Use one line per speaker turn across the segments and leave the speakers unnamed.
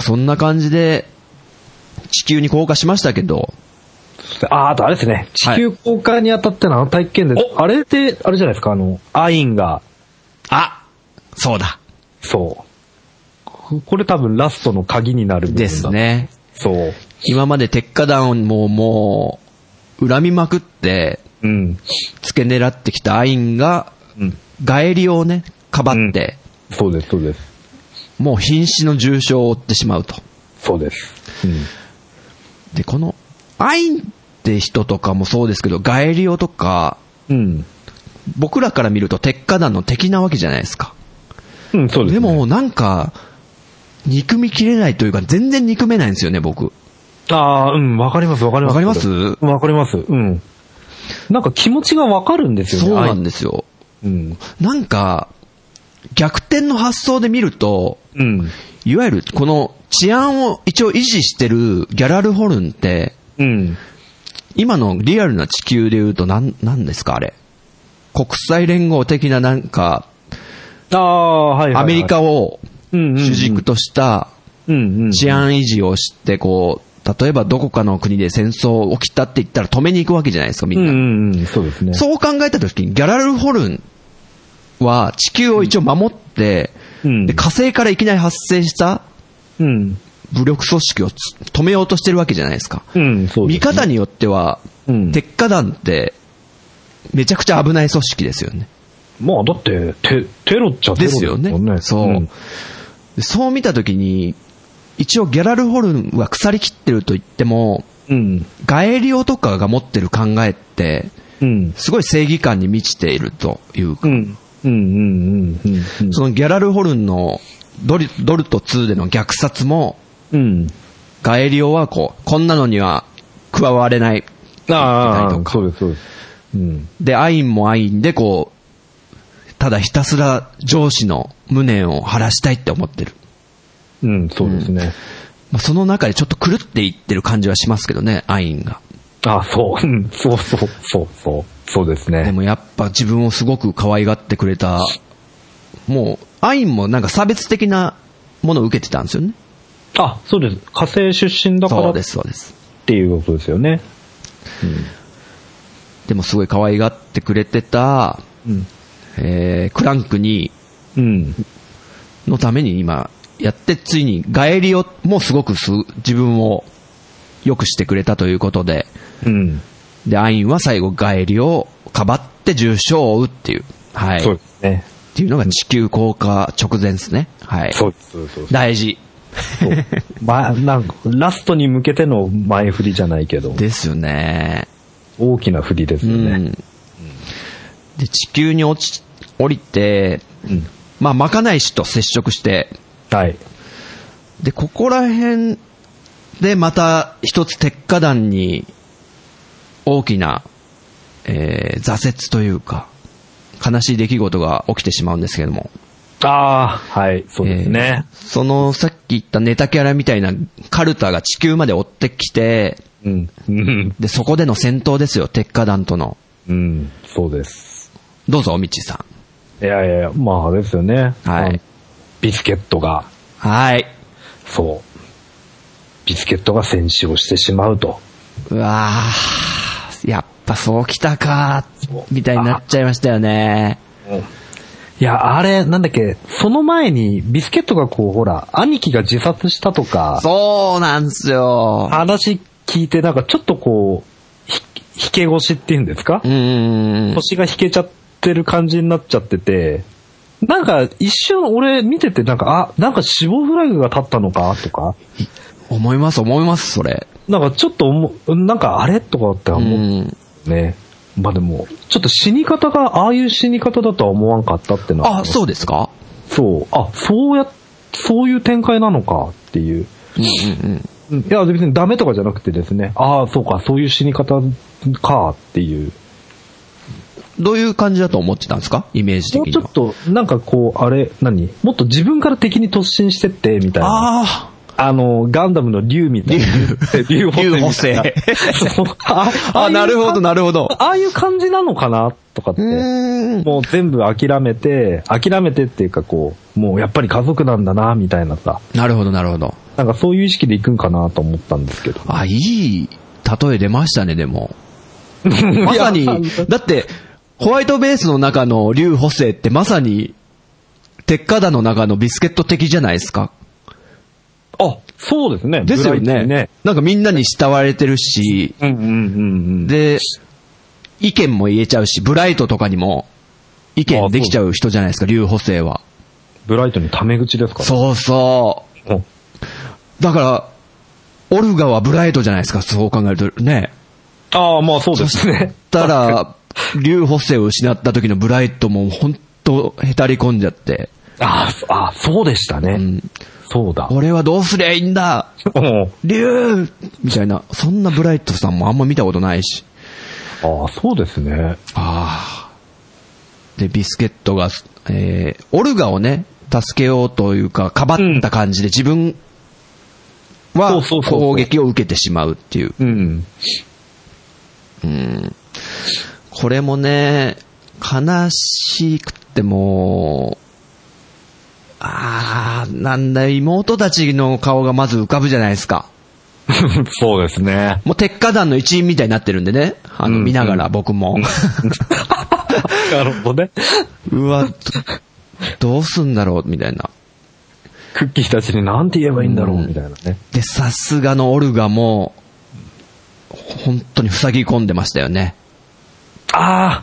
そんな感じで、地球に降下しましたけど、
あ、あとあれですね。地球公開に当たってのあの体験で、
お
あれって、あれじゃないですか、あの、アインが、
あそうだ
そう。これ多分ラストの鍵になる部分だ
です。ね。
そう。
今まで鉄火弾ももう、恨みまくって、
うん。
付け狙ってきたアインが、
うん。
帰りをね、かばって、
そうです、そうです。
もう瀕死の重傷を負ってしまうと。
そうです。うん。
で、この、アインって人とかもそうですけど、ガエリオとか、
うん。
僕らから見ると鉄火団の敵なわけじゃないですか。
うん、そうで
で
す、ね。
も、なんか、憎みきれないというか、全然憎めないんですよね、僕。
ああ、うん、わかります、わかりま
わ
す。
かります
わかります。うん。なんか気持ちがわかるんですよね。
そうなん
で
ですよ。
うん。
なんか、逆転の発想で見ると、
うん。
いわゆるこの治安を一応維持してるギャラルホルンって、
うん。
今のリアルな地球で言うとなん、なんですかあれ。国際連合的ななんか、
ああ、はいはい、はい。
アメリカを主
主
軸とした
うんうん。
治安維持をして、こう、例えばどこかの国で戦争起きたって言ったら止めに行くわけじゃないですか、み
うんんう
な。
んうん。そうですね。
そう考えたときに、ギャラルホルンは地球を一応守って、
うん
で火星からいきなり発生した
うん。
武力組織をつ止めようとしてるわけじゃないですか。
うん、そうで
見
す、ね。
方によっては、
うん
鉄火団って、めちゃくちゃ危ない組織ですよね。
まあ、だって、テ、テロっちゃテ
で
ロ
すよね
もん。
そう。
ん
でそう見たときに、一応ギャラルホルンは腐りきってると言っても、
うん。
ガエリオとかが持ってる考えって、
うん。
すごい正義感に満ちているという
う
か、
ん。うんうんうんうん。
そのギャラルホルンのドリドルト2での虐殺も、
うん。
ガエリオはこう、こんなのには加われない。
あ
と
あ、
か
そうです、そうです。うん。
で、アインもアインでこう、ただひたすら上司の無念を晴らしたいって思ってる。
うん、そうですね。
まあ、その中でちょっと狂っていってる感じはしますけどね、アインが。
ああ、そう。うんそうそう、そうそう。そうです
で
ね。
もやっぱ自分をすごく可愛がってくれた、もう、アインもなんか差別的なものを受けてたんですよね。
あ、そうです。火星出身だか
そ
ら
う
っ
です、そうです。
ていうことですよね。
でもすごい可愛がってくれてた、
うん。
えー、クランクに、
うん。
のために今、やって、ついに、ガエリオもすごくす、自分を良くしてくれたということで、
うん。
で、アインは最後、ガエリオをかばって重傷を負うっていう、はい。
そう
っ
ですね。
ていうのが地球降下直前ですね。はい。
そうです、そうです。そうです
大事。
そう。まあ、なんか、ラストに向けての前振りじゃないけど、
ですよね。
大きな振りです
う
よ
ん。
ね。
で、地球に落ち、降りて、
うん。
まあ、まかない師と接触して、
はい。
で、ここら辺でまた一つ鉄火団に大きな、えー、挫折というか、悲しい出来事が起きてしまうんですけども。
ああ、はい、そうですね
えー。そのさっき言ったネタキャラみたいなカルタが地球まで追ってきて、
うん。うん。
で、そこでの戦闘ですよ、鉄火団との。
うん、そうです。
どうぞ、おみちさ
いやいやいや、まあ、あれですよね。
ん。は
あ
い
の。。ビスケットが、
はい。
そう。ビスケットが戦死をしてしまうと。
うわー、やっぱそうきたか
そう、
みたいになっちゃいましたよね。
いや、あれ、なんだっけ、その前に、ビスケットがこう、ほら、兄貴が自殺したとか、
そうなんすよ。
話聞いて、なんかちょっとこう、ひ、引け腰っていうんですか
うーん。
腰が引けちゃってる感じになっちゃってて、なんか一瞬俺見ててなんか、あ、なんか死亡フラグが立ったのかとか、
思います、思います、それ。
なんかちょっと思う、なんかあれとかって
う
思
ん。
うね。まあでも、ちょっと死に方が、ああいう死に方だとは思わんかったってのは。
あ、そうですか
そう。あ、そうや、そういう展開なのかっていう。
うんうんうん。
うんいや、別にダメとかじゃなくてですね、ああ、そうか、そういう死に方かっていう。
どういう感じだと思ってたんですかイメージ
も
的
う
に
ちょ
は
っ。と、なんかこう、あれ、何もっと自分から敵に突進してって、みたいな。
あ
あの、ガンダムの竜みたいな。 竜
竜補
みたいな
正。
そうあ
あ、あ、なるほど、な
る
るほど。
ああいう感じなのかなとかって。
うーん。
もう全部諦めて、諦めてっていうかこう、もうやっぱり家族なんだな、みたいなさ。
なるほど、なるほど。
なんかそういう意識で行くんかなと思ったんですけど。
あ、いい例え出ましたね、で も。まさに
いや、
だって、ホワイトベースの中の竜補正ってまさに、鉄火団の中のビスケット的じゃないですか。
あ、そうですね。
ですよ
ブライト
ね。
にね。
なんかみんなに慕われてるし、
うんうんうん
で、意見も言えちゃうし、ブライトとかにも意見できちゃう人じゃないですか、竜補正は。
ブライトにタメ口ですから。
そうそう。
う。
だから、オルガはブライトじゃないですか、そう考えると。ね。
ああ、まあそうですね。
た ら、竜補正を失った時のブライトも本当へたり込んじゃって、
あーあ、そうでしたね。
ん
そうだ。
俺はどうすりゃいいんだ
うん
竜みたいな、そんなブライトさんもあんま見たことないし。
ああ、そうですね。
ああ。で、ビスケットが、えー、オルガをね、助けようというか、かばった感じで自分
そ
は
うそうそうそう
攻撃を受けてしまうっていう。
うん。
これもね、悲しくってもう、ああ、なんだよ、妹たちの顔がまず浮かぶじゃないですか。
そうですね。
もう鉄火団の一員みたいになってるんでね。あの、
うん
見ながら僕も。
なるほどね。
うわ、どどうすんだろう、みたいな。
クッキーたちになんて言えばいいんだろ
う
う、
ん
みたいなね。
で、さすがのオルガも、本当に塞ぎ込んでましたよね。
ああ、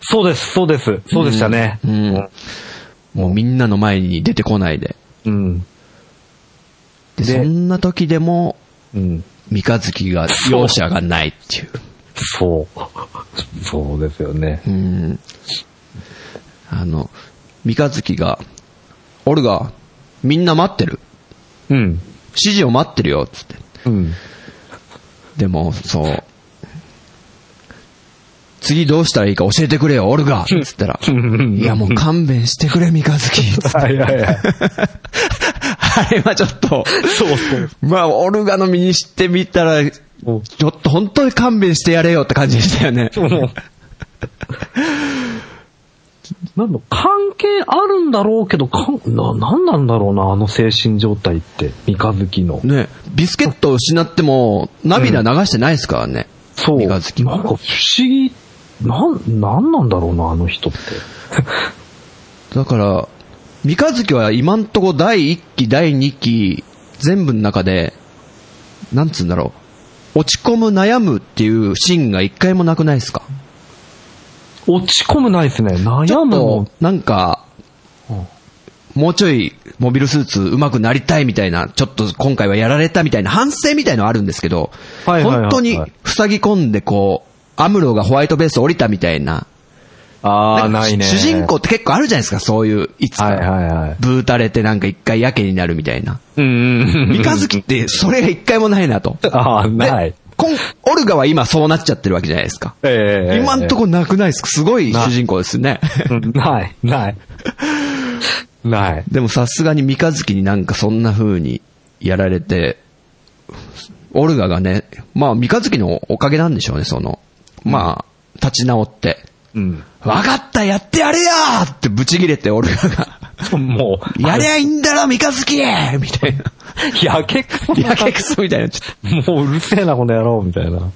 そうです、そうです、そうでしたね。
うん。もうみんなの前に出てこないで。
うん。
で、
で
そんな時でも、
うん。
三日月が容赦がないっていう。
そう。そうですよね。
うん。あの、三日月が、オルガ、みんな待ってる。
うん。
指示を待ってるよ、つって。
うん。
でも、そう。次どうしたらいいか教えてくれよ、オルガつったら。いや、もう勘弁してくれ、三日月つって。
はいはいはい。
あれはちょっと、
そうそう。
まあ、オルガの身にしてみたら、ち
う
ょっと本当に勘弁してやれよって感じでしたよね。
もう。なんだ、関係あるんだろうけど、かん、な、なんなんだろうな、あの精神状態って、三日月の。
ね、ビスケットを失っても、涙流してないですからね。
そう。
三日月
なんか不思議、なん、なんなんだろうな、あの人って。
だから、三日月は今んとこ第1期、第2期、全部の中で、なんつうんだろう。落ち込む、悩むっていうシーンが一回もなくないですか
落ち込むないですね。
ち
悩
ょっ
むも
と、なんか、もうちょいモビルスーツ上手くなりたいみたいな、ちょっと今回はやられたみたいな反省みたいのあるんですけど、
はいはいはいは
本
い
当に塞ぎ込んでこう、アムロがホワイトベース降りたみたいな。
ああ、
んか
ないね。
主人公って結構あるじゃないですか、そういう、いつか。
はいはいはい。
ブータれてなんか一回やけになるみたいな。
うんうん。
三日 月ってそれが一回もないなと。
ああ、ない
で。こんオルガは今そうなっちゃってるわけじゃないですか。
ええ
今んとこなくないですかすごい主人公ですね。
うんない、 ない。ない。
でもさすがに三日月になんかそんな風にやられて、オルガがね、まあ三日月のおかげなんでしょうね、その。まあ、立ち直って。
うん。
わかったやってやれやーってブチギレてオルガが。
もう、
やりゃいいんだろ三日月みたいな。
やけくそ。
やけくそみたいな。ちょっ
もううるせえな、この野郎、みたいな。
と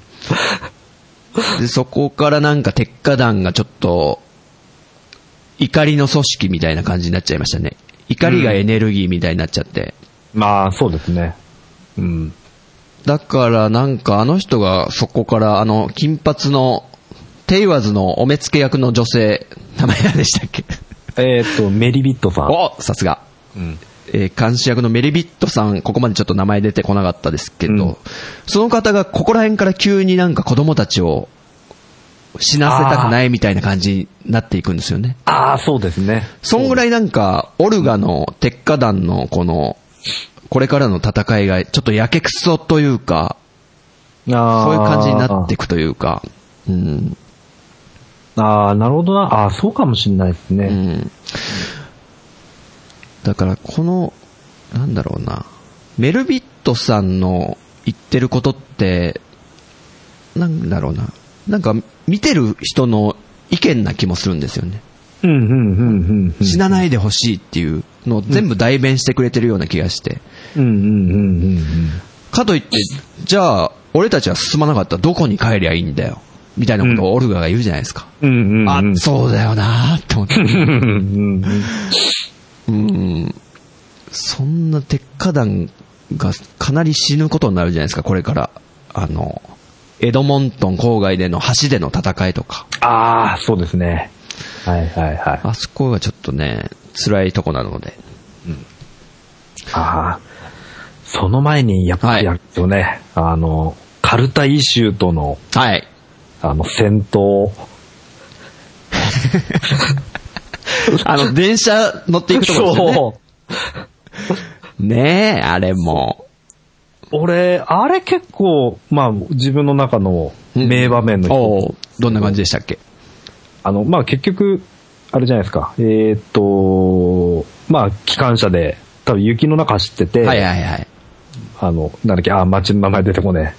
で、そこからなんか鉄火団がちょっと、怒りの組織みたいな感じになっちゃいましたね。怒りがエネルギーみたいになっちゃって。
まあ、そうですね。うん。
だからなんかあの人がそこからあの金髪のテイワーズのお目付け役の女性、名前何でしたっけ
えっと、メリビットさん。
お さすが。
うん。
えー監視役のメリビットさん、ここまでちょっと名前出てこなかったですけど、
うん
その方がここら辺から急になんか子供たちを死なせたくないみたいな感じになっていくんですよね。
ああ、そうですね。
そんぐらいなんか、オルガの鉄火団のこの、これからの戦いがちょっとやけくそというか、
あ
そ
あ。
ういう感じになっていくというか、うん。
ああ、なるほどな。ああ、そうかもしれないです
う
ね。
ん。だから、この、なんだろうな、メルビットさんの言ってることって、なんだろうな、なんか見てる人の意見な気もするんですよね。
うんうんうんうん。
死なないでほしいっていうのを全部代弁してくれてるような気がして。
うんうんうんうんうん。
かといって、じゃあ、俺たちは進まなかったらどこに帰りゃいいんだよ。みたいなことをオルガが言うじゃないですか。
うんうんうん。
あ、そうだよなーって思って。
うんうん
うん。そんな鉄火団がかなり死ぬことになるじゃないですか、これから。あの、エドモントン郊外での橋での戦いとか。
ああ、そうですね。はいはいはい。あ
あそこがちょっとね、辛いとこなので。
あー。その前に、やっぱりあれですよね、あの、カルタイシューとの、
はい。
あの、戦闘。
あの、電車乗っていくとこですよね。
そう。
ねえ、あれも。
俺、あれ結構、まあ、自分の中の名場面の一つ
おうどんな感じでしたっけ
あの、まあ、結局、あれじゃないですか。えーっと、まあ、機関車で、多分雪の中走ってて、
はいはいはい。
あの、なんだっけ、あ、町の名前出てこね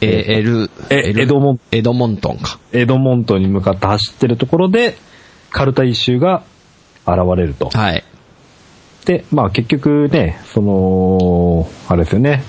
え、エル、
えエドモン、
エドモントンか。
え。エドモントンに向かって走ってるところで、カルタ一周が現れると。
はい。
で、まあ、結局ね、その、あれですよね。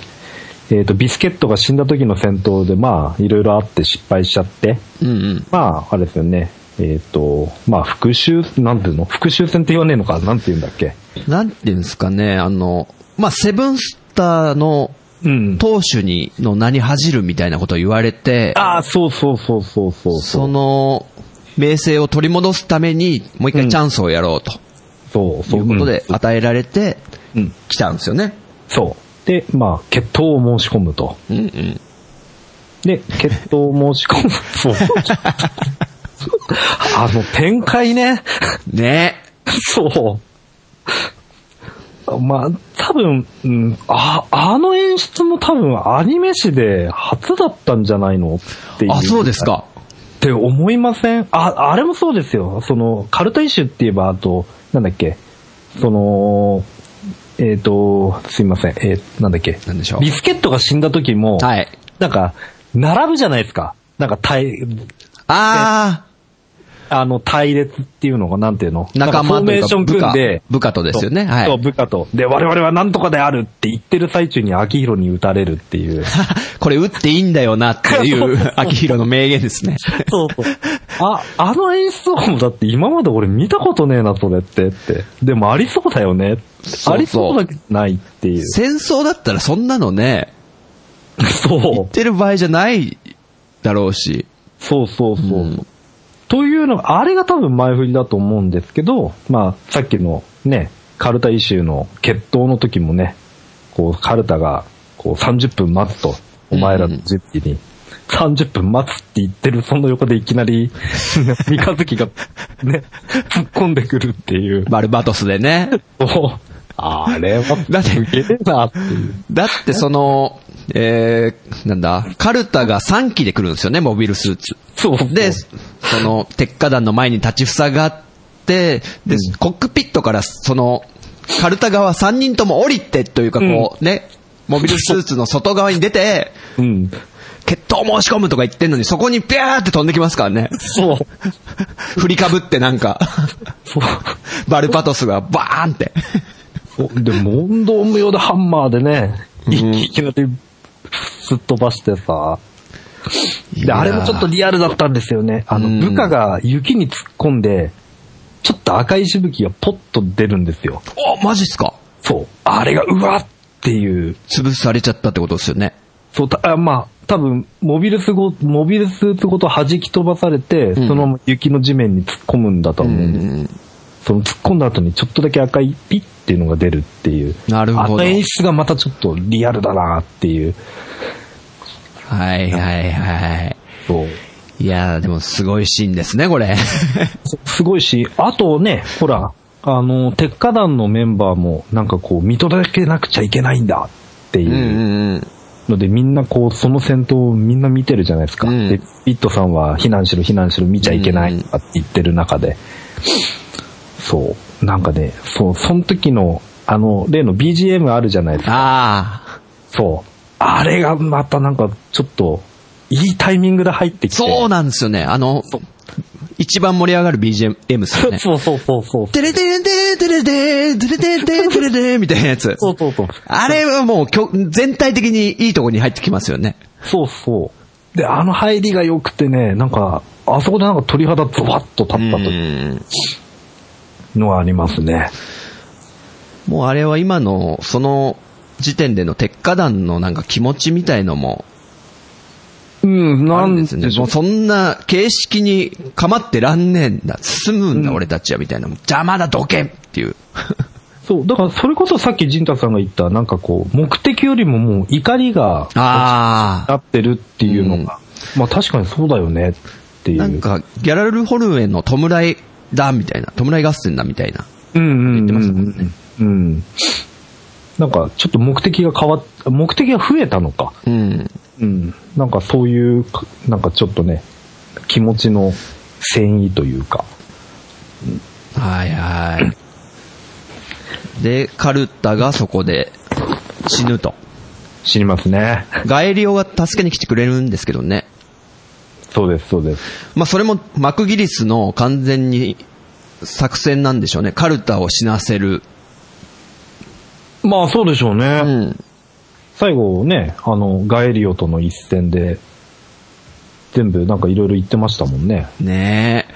えーっと、ビスケットが死んだ時の戦闘で、まあ、いろいろあって失敗しちゃって、
うんうん。
まあ、あれですよね。えーっ、と、まあ、復讐、なんていうの復讐戦って言わねえのかなんて言うんだっけ
なんていうんですかね、あの、まあ、セブンスターの
うん。
当主にの名に恥じるみたいなことを言われて、
ああ、そうそうそうそうそうそう。
その、名声を取り戻すために、もう一回チャンスをやろうと
そう、そう。
いうことで与えられて
うん。うん。
きたんですよね。
そう。で、まあ、決闘を申し込むと。
うんうん。
で、決闘を申 し込む。そう。 あの、展開ね。
ね
そう。まあ、多分、うん、あ、あの演出も多分アニメ史で初だったんじゃないのっていう。
あ、そうですか。
って思いませんあ、あれもそうですよ。その、カルタイシュって言えば、あと、なんだっけ、その、えっ、と、すいません、えーなんだっけ、
なんでしょう
ビスケットが死んだ時も、
はい。
なんか、並ぶじゃないですか。なんか、隊、
あ
あの、隊列っていうのが、なんていうの
ー、仲
な
間
んか
とい
フォーメー
う
ショ
か
ン
部
組ん
下
で、、
部下とですよね。
そう
は
そう、
い。
部下と。で、我々はなんとかであるって言ってる最中に秋広に撃たれるっていう。
これ打っていいんだよなって いう、秋広の名言ですね。
そうそう。あ、あの演出とかもだって今まで俺見たことねえな、それってって。でもありそうだよねって。
そうそう
ありそうだけどないっていう。
戦争だったらそんなのね、
そう
言っ。てる場合じゃないだろうし。
そうそうそう。
うん
というのが、あれが多分前振りだと思うんですけど、まあ、さっきのね、カルタイシューの決闘の時もね、こう、カルタが、こう、30分待つと、お前らの準備に。30分待つって言ってる、その横でいきなり、 三日月がね、突っ込んでくるっていう。
バルバトスでね。
おあれは、
だって
すげえなっていう。
だってその、えー、なんだ、カルタが3機で来るんですよね、モビルスーツ。
そうそう
で、その、鉄火団の前に立ち塞がって、で、コックピットから、その、カルタ側3人とも降りてというか、こう、ね、モビルスーツの外側に出て、
うん。
決闘申し込むとか言ってんのに、そこにピャーって飛んできますから ね。
そう。
振りかぶってなんか、
そう。
バルパトスがバーンって。
そうで、問答無用でハンマーでね、
ん
一気いきなり、すっ飛ばしてさ。
い
で、
やー
あれもちょっとリアルだったんですよね。あの、
うん
部下が雪に突っ込んで、ちょっと赤いしぶきがポッと出るんですよ。
お、マジっすか
そう。あれが、うわっていう。
潰されちゃったってことですよね。
そう、たあまあ、多分、モビルスご、モビルスーツごと弾き飛ばされて、
ん
そのまま雪の地面に突っ込むんだと
う
思うんですよ
ん。
その突っ込んだ後にちょっとだけ赤いピッっていうのが出るっていう。
なるほど
あの演出がまたちょっとリアルだなっていう。
はいはいはい。
そう。
いやー、でもすごいシーンですね、これ。
すすごいし、あとね、ほら、あの、鉄火団のメンバーもなんかこう見届けなくちゃいけないんだって
うんう
いうん
うん。
ので、みんなこうその戦闘をみんな見てるじゃないですか。
うん
で、ピットさんは避難しろ避難しろ見ちゃいけないとかって言ってる中で。そう。なんかね、そう、その時のあの、例の BGM あるじゃないですか
ああ、
そう。あれがまたなんか、ちょっと、いいタイミングで入ってきて。
そうなんですよね。あの、一番盛り上がる BGM っすよね。
そうそうそうそう。
テレテレテレテレテレテレテレテレテレテレみたいなやつ。
そうそうそう。
あれはもう曲全体的にいいとこに入ってきますよね。
そうそう。で、あの入りが良くてね、なんか、あそこでなんか鳥肌ゾワッと立ったという
うん
のはありますね。
もうあれは今の、その時点での鉄火団のなんか気持ちみたいのも
うん、
あ
な
るん
ん
ですよね。
でし
も
ょ
うそんな形式に構ってらんねえんだ。進むんだ俺たちはみたいな。邪魔だどけっていう。
そう、だからそれこそさっき陣太さんが言った、なんかこう、目的よりももう怒りが
ああ。
なってるっていうのが、まあ確かにそうだよねっていう。
なんか、ギャラルホルンへの弔いだみたいな。弔い合戦だみたいな。
うんうんうん、言って
ましたもんね。
うん。なんか、ちょっと目的が変わっ、目的が増えたのか。
うん。
うん。なんかそういう、かなんかちょっとね、気持ちの繊維というか。
はいはい。で、カルタがそこで死ぬと。
知りますね。
ガエリオが助けに来てくれるんですけどね。
そうです、そうです。
まあそれもマクギリスの完全に作戦なんでしょうね。カルタを死なせる。
まあそうでしょうね。
うん。
最後ね、あの、ガエリオとの一戦で、全部なんかいろいろ言ってましたもんね。
ね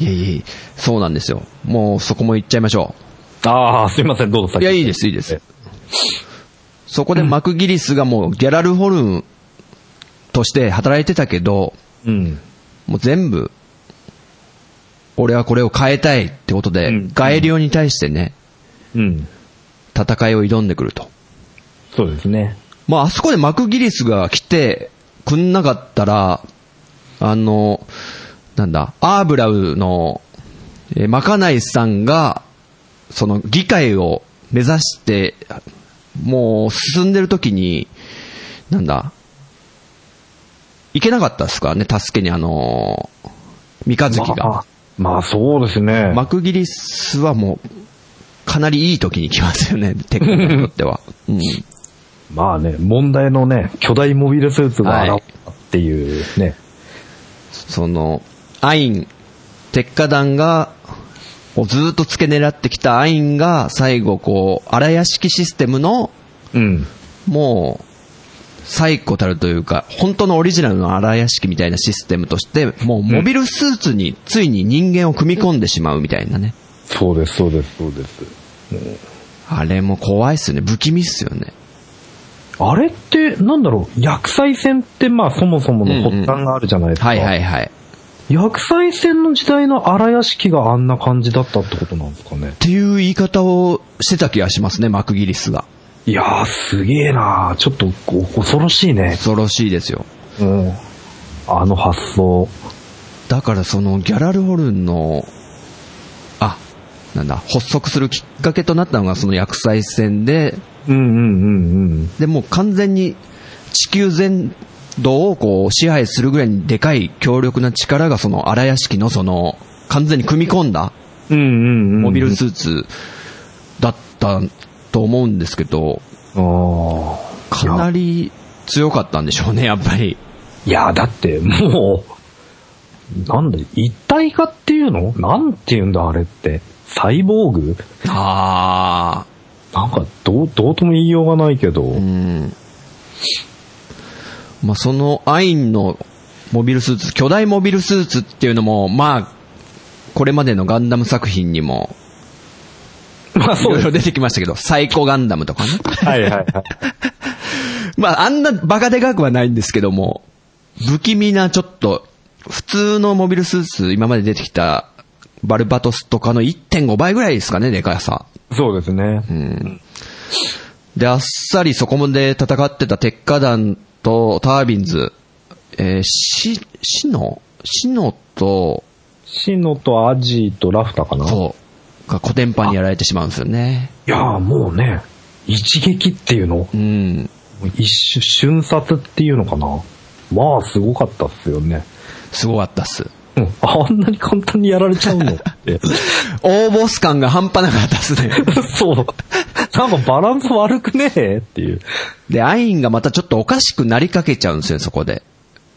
え。いやいやそうなんですよ。もうそこも行っちゃいましょ
ああ、すいません、どうぞ
う。いや、いいです、いいです。そこでマクギリスがもうギャラルホルンとして働いてたけど、
うん。
もう全部、俺はこれを変えたいってことで、
うん
ガエリオに対してね、
うん。
戦いを挑んでくると。
そうですね。
まあ、あそこでマクギリスが来てくんなかったら、あの、なんだ、アーブラウの、えーマカナイさんが、その、議会を目指して、もう、進んでる時に、なんだ、いけなかったですからね、助けに、あの、三日月が。
まあ、まあそうですね。
マクギリスはもう、かなりいい時に来ますよね、テクノにとっては。うん。
まあね、問題のね、巨大モビルスーツが現れたっていうね。
その、アイン、鉄火団が、をずーっと付け狙ってきたアインが、最後こう、荒屋敷システムの、
うん。
もう、最古たるというか、本当のオリジナルの荒屋敷みたいなシステムとして、もうモビルスーツについに人間を組み込んでしまうみたいなね。
そうです、そうです、そうです。
あれも怖いっすよね。不気味っすよね。
あれって、なんだろう、薬剤戦ってまあそもそもの発端があるじゃないですか。
はいはいはい。
薬剤戦の時代の荒屋敷があんな感じだったってことなんですかね
っ。ていう言い方をしてた気がしますね、マクギリスが。
いやー、すげえなーちょっと、こ恐ろしいね。
恐ろしいですよ。
うん。あの発想。
だからそのギャラルホルンの、あ、なんだ、発足するきっかけとなったのがその薬剤戦で、
うんうんうん
で、もう完全に地球全土をこう支配するぐらいにでかい強力な力がその荒屋敷のその完全に組み込んだ
うん。うんうんうん。
モビルスーツだったと思うんですけど、
あー
かなり強かったんでしょうね、やっぱり。
いや、だって、もう、なんだ、一体化っていうのなんて言うんだ、あれって。サイボーグ
ああ。
なんか、どう、どうとも言いようがないけど。
うん。まあ、そのアインのモビルスーツ、巨大モビルスーツっていうのも、まあ、これまでのガンダム作品にも、
まあ、
いろいろ。出てきましたけど、サイコガンダムとかね。
はいはいはい。
まあ、あんなバカでかくはないんですけども、不気味なちょっと、普通のモビルスーツ、今まで出てきた、バルバトスとかの1.5倍ぐらいですかね、でかさ。
そうですね。
うんで、あっさりそこまで戦ってた鉄火団とタービンズ、えー、し、しのしのと、
シノとアジとラフタかな。
そう、がコテンパンにやられてしまうんですよね。
いやーもうね、一撃っていうの
うん。
一瞬、瞬殺っていうのかなまあ、すごかったっすよね。
すごかったっす。
うん。あんなに簡単にやられちゃうのって。
大ボス感が半端なかったっすね。
そう。なんかバランス悪くねえっていう。
で、アインがまたちょっとおかしくなりかけちゃうんですよ、そこで。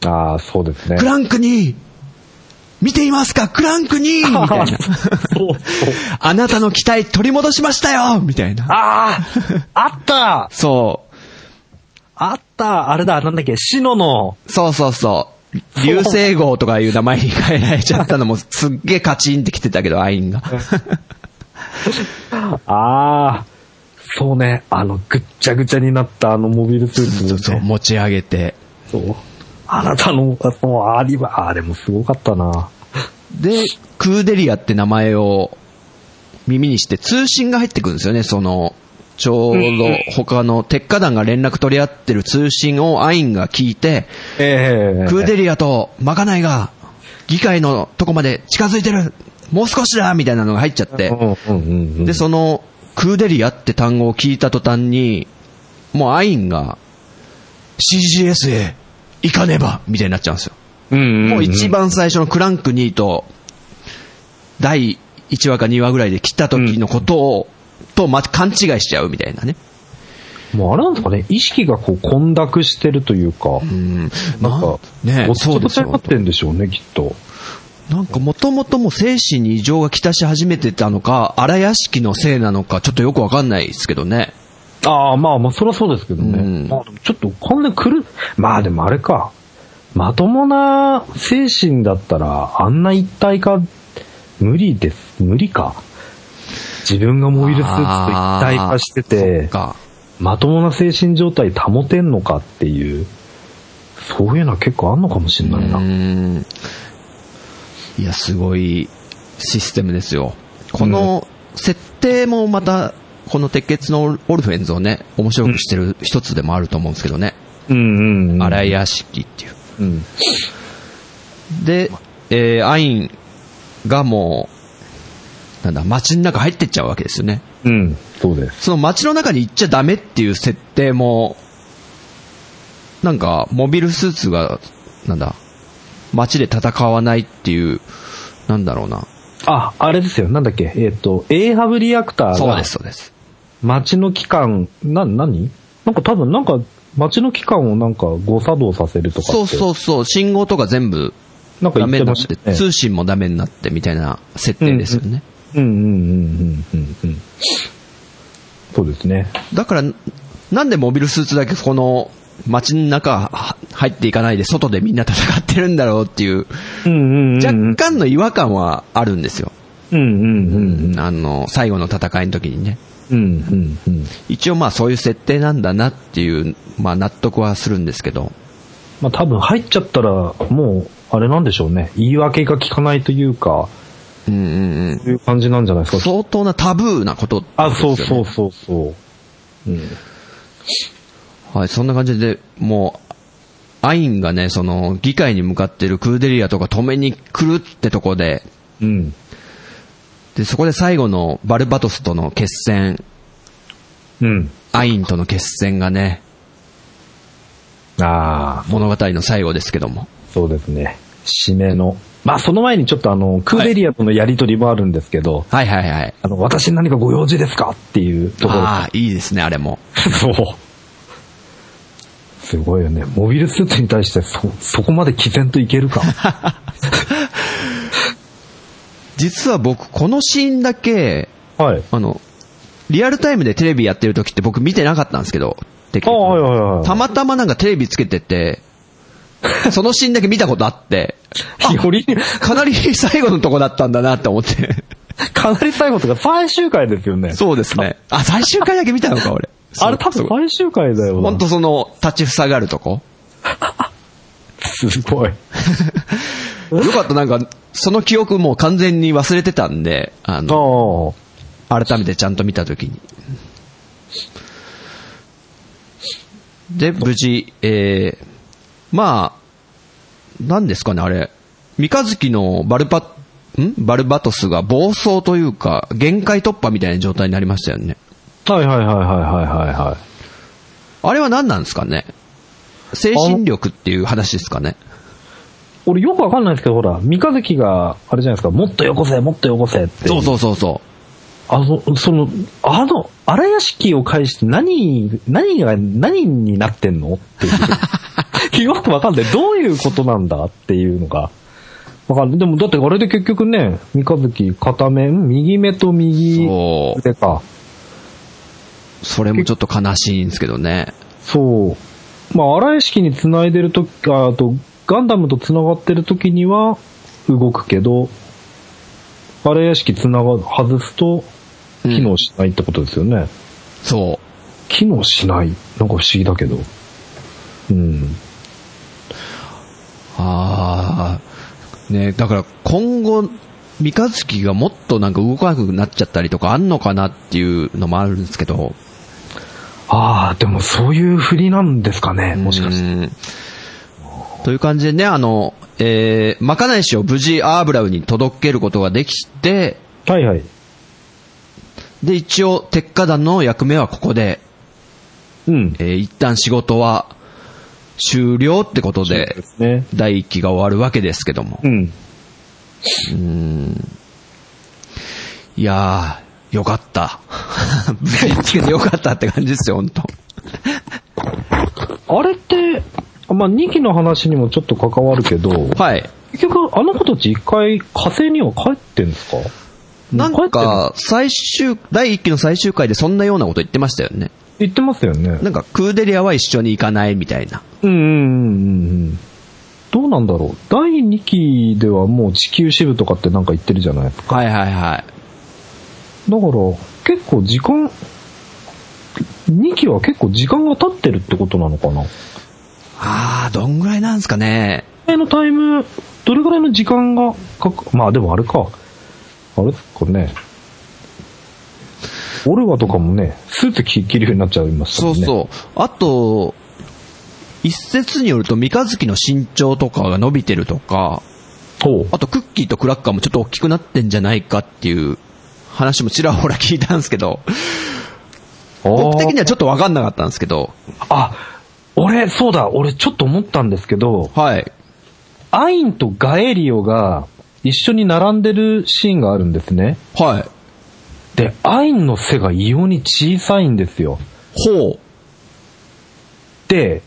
ああ、そうですね
クランクに、見ていますかクランク 2! み たいな。
そうそう。
あなたの期待取り戻しましたよみたいな。
あああった
そ
あったあれだ、なんだっけ、シノの、
う。そうそうそう。流星号とかいう名前に変えられちゃったのもすっげえカチンってきてたけど、アインが。
ああそうね、あの、ぐっちゃぐちゃになったあのモビルスーツ、ね。
そう、持ち上げて。
そう。あなたの、そのアリバ、あれもすごかったな。
で、クーデリアって名前を耳にして通信が入ってくるんですよね、その、ちょう
うんう
ど
ん
他の鉄火団が連絡取り合ってる通信をアインが聞いて、
ええ
クーデリアとまかないが議会のとこまで近づいてるもう少しだみたいなのが入っちゃって、
うんうんうんうん。
で、その、クーデリアって単語を聞いた途端に、もうアインが、CGS へ行かねばみたいになっちゃうんですよ。
うんうんうん
もう一。番最初のクランク2と、第1話か2話ぐらいで切った時のことを、と、ま、勘違いしちゃうみたいなね。
もうあれなんですかね、意識がこう混濁してるというか、
うん。
なんか、
ね
ごっち
そ
ゃ
うで
ご
す
ちゃにな
よ
っ。てんでしょうね、きっと。
なんかもともともう精神に異常がきたし始めてたのか、荒屋敷のせいなのか、ちょっとよくわかんないですけどね。
ああ、まあまあ、そりゃそうですけどね。
うん
まあ、でもちょっとこんな来る、まあでもあれか。まともな精神だったら、あんな一体化、無理です。無理か。自分がモビルスーツと一体化して、
そってか。
まともな精神状態保てんのかっていう、そういうのは結構あんのかもしれ
う
ないな。
ーん。いや、すごいシステムですよ。この設定もまた、この鉄血のオルフェンズをね、面白くしてる一つでもあると思うんですけどね。
うんうん。
荒屋敷っていう。
うん。
で、えー、アインがもう、なんだ、街の中入ってっちゃうわけですよね。
うん。そうです。
その街の中に行っちゃダメっていう設定も、なんか、モビルスーツが、なんだ、街で戦わないっていう、なんだろうな。
あ、あれですよ。なんだっけ。えっ、と、エーハブリアクターが、
そうです、そうです。
街の機関、な、何なんか多分なんか、街の機関をなんか誤作動させるとかって。
そうそうそう、信号とか全部
う。なんか
ダ
言
メ
って
にな
ま
っ
した
て、
よね。
通信もダメになってみたいな設定ですよね。
うんうんうんうんうんうん。そうですね。
だから、なんでモビルスーツだけこの街の中は入っていかないで外でみんな戦ってるんだろうっていう、
うんうんうん、うん。
若干の違和感はあるんですよ。
うんうんうん
あの、最後の戦いの時にね。
うん。うんうんうん。
一応まあそういう設定なんだなっていう、まあ納得はするんですけど。
まあ多分入っちゃったら、もう、あれなんでしょうね。言い訳が効かないというか、
うんうん
そういう感じなんじゃないで
うん。
すか。
相当なタブーなこと、
あ、そう
ですよね
そうそうそう。うん。
はい、そんな感じで、もう、アインがね、その、議会に向かってるクーデリアとか止めに来るってとこで、
うん。
で、そこで最後のバルバトスとの決戦、
うん。
アインとの決戦がね、
ああ、
物語の最後ですけども。
そうですね。締めの。まあ、その前にちょっとあの、クーデリアとのやりとりもあるんですけど、
はいはいはい。
あの、私に何かご用事ですかっていうとこ
ああ、いいですね、あれも。
ろ。そう。すごいよね。モビルスーツに対してそ、そこまで毅然といける か。
実は僕、このシーンだけ、
はい。
あの、リアルタイムでテレビやってる時って僕見てなかったんですけど、テ
ああ、はいはいはい。
たまたまなんかテレビつけてて、そのシーンだけ見たことあって、あ
より、
かなり最後のとこだったんだなって思って。
かなり最後とか最終回ですよね。
そうですね。あ、最終回だけ見たのか、俺。
あれ多分最終回だよな。
ほんとその、立ち塞がるとこ。
すごい。
よかった、なんか、その記憶もう完全に忘れてたんで、あの、
ああ。
改めてちゃんと見たときに。で、無事、えー、まあ、なんですかね、あれ。三日月のバルパ、んバルバトスが暴走というか、限界突破みたいな状態になりましたよね。
はいはいはいはいはいはいはい。
あれは何なんですかね精神力っていう話ですかね
俺よくわかんないですけど、ほら、三日月が、あれじゃないですか、もっとよこせ、もっとよこせって。
そう
う。
そうそうそ
あの、その、あの、荒屋敷を介して何、何が、何になってん のっていう。よくわかんない。どういうことなんだっていうのが、わかんない。でも、だってあれで結局ね、三日月片面、右目と右
そう。
腕か。
それもちょっと悲しいんですけどね。
そう。まあ、荒井式に繋いでるとき、ああと、ガンダムと繋がってるときには動くけど、荒井式繋が、外すと、
うん
機能しないってことですよね。
そ
機能しないなんか不思議だけど。うん。
う。ああ。ねだから今後、三日月がもっとなんか動かなくなっちゃったりとかあんのかなっていうのもあるんですけど。
ああ、でもそういう振りなんですかね、もしかして。
て。という感じでね、あの、えー、まかない師を無事アーブラウに届けることができて、
はいはい。
で、一応、鉄火団の役目はここで、
うん。
えー一旦仕事は終了ってことで、
ですね。
第一期が終わるわけですけども
う。ん。
いやー、よかった。 無事につけてよかったって感じですよ、ほんと。
あれって、まあ、2期の話にもちょっと関わるけど、
はい。
結局、あの子たち一回火星には帰ってんですか
なん
帰ってま
か、最終、第一期の最終回でそんなようなこと言ってましたよね。
言ってますよね。
なんか、クーデリアは一緒に行かないみたいな。
うんうんうんうん。どうなんだろう。第2期ではもう地球支部とかってなんか言ってるじゃないですか。
はいはいはい。
だから、結構時間、2期は結構時間が経ってるってことなのかな。
あー、どんぐらいなんですかね。
前のタイム、どれぐらいの時間がかか、まあでもあれか。あれっすかね。オルガとかもね、スーツ着着るようになっちゃいました
そ
も
うん
ね。う。
そう。あと、一説によると、三日月の身長とかが伸びてるとか、
ほう。
あとクッキーとクラッカーもちょっと大きくなってんじゃないかっていう話もちらほら聞いたんですけど、僕的にはちょっとわかんなかったんですけど、
あ、俺、そうだ、俺ちょっと思ったんですけど、
はい。
アインとガエリオが一緒に並んでるシーンがあるんですね。
はい。
で、アインの背が異様に小さいんですよ。
ほう。
で、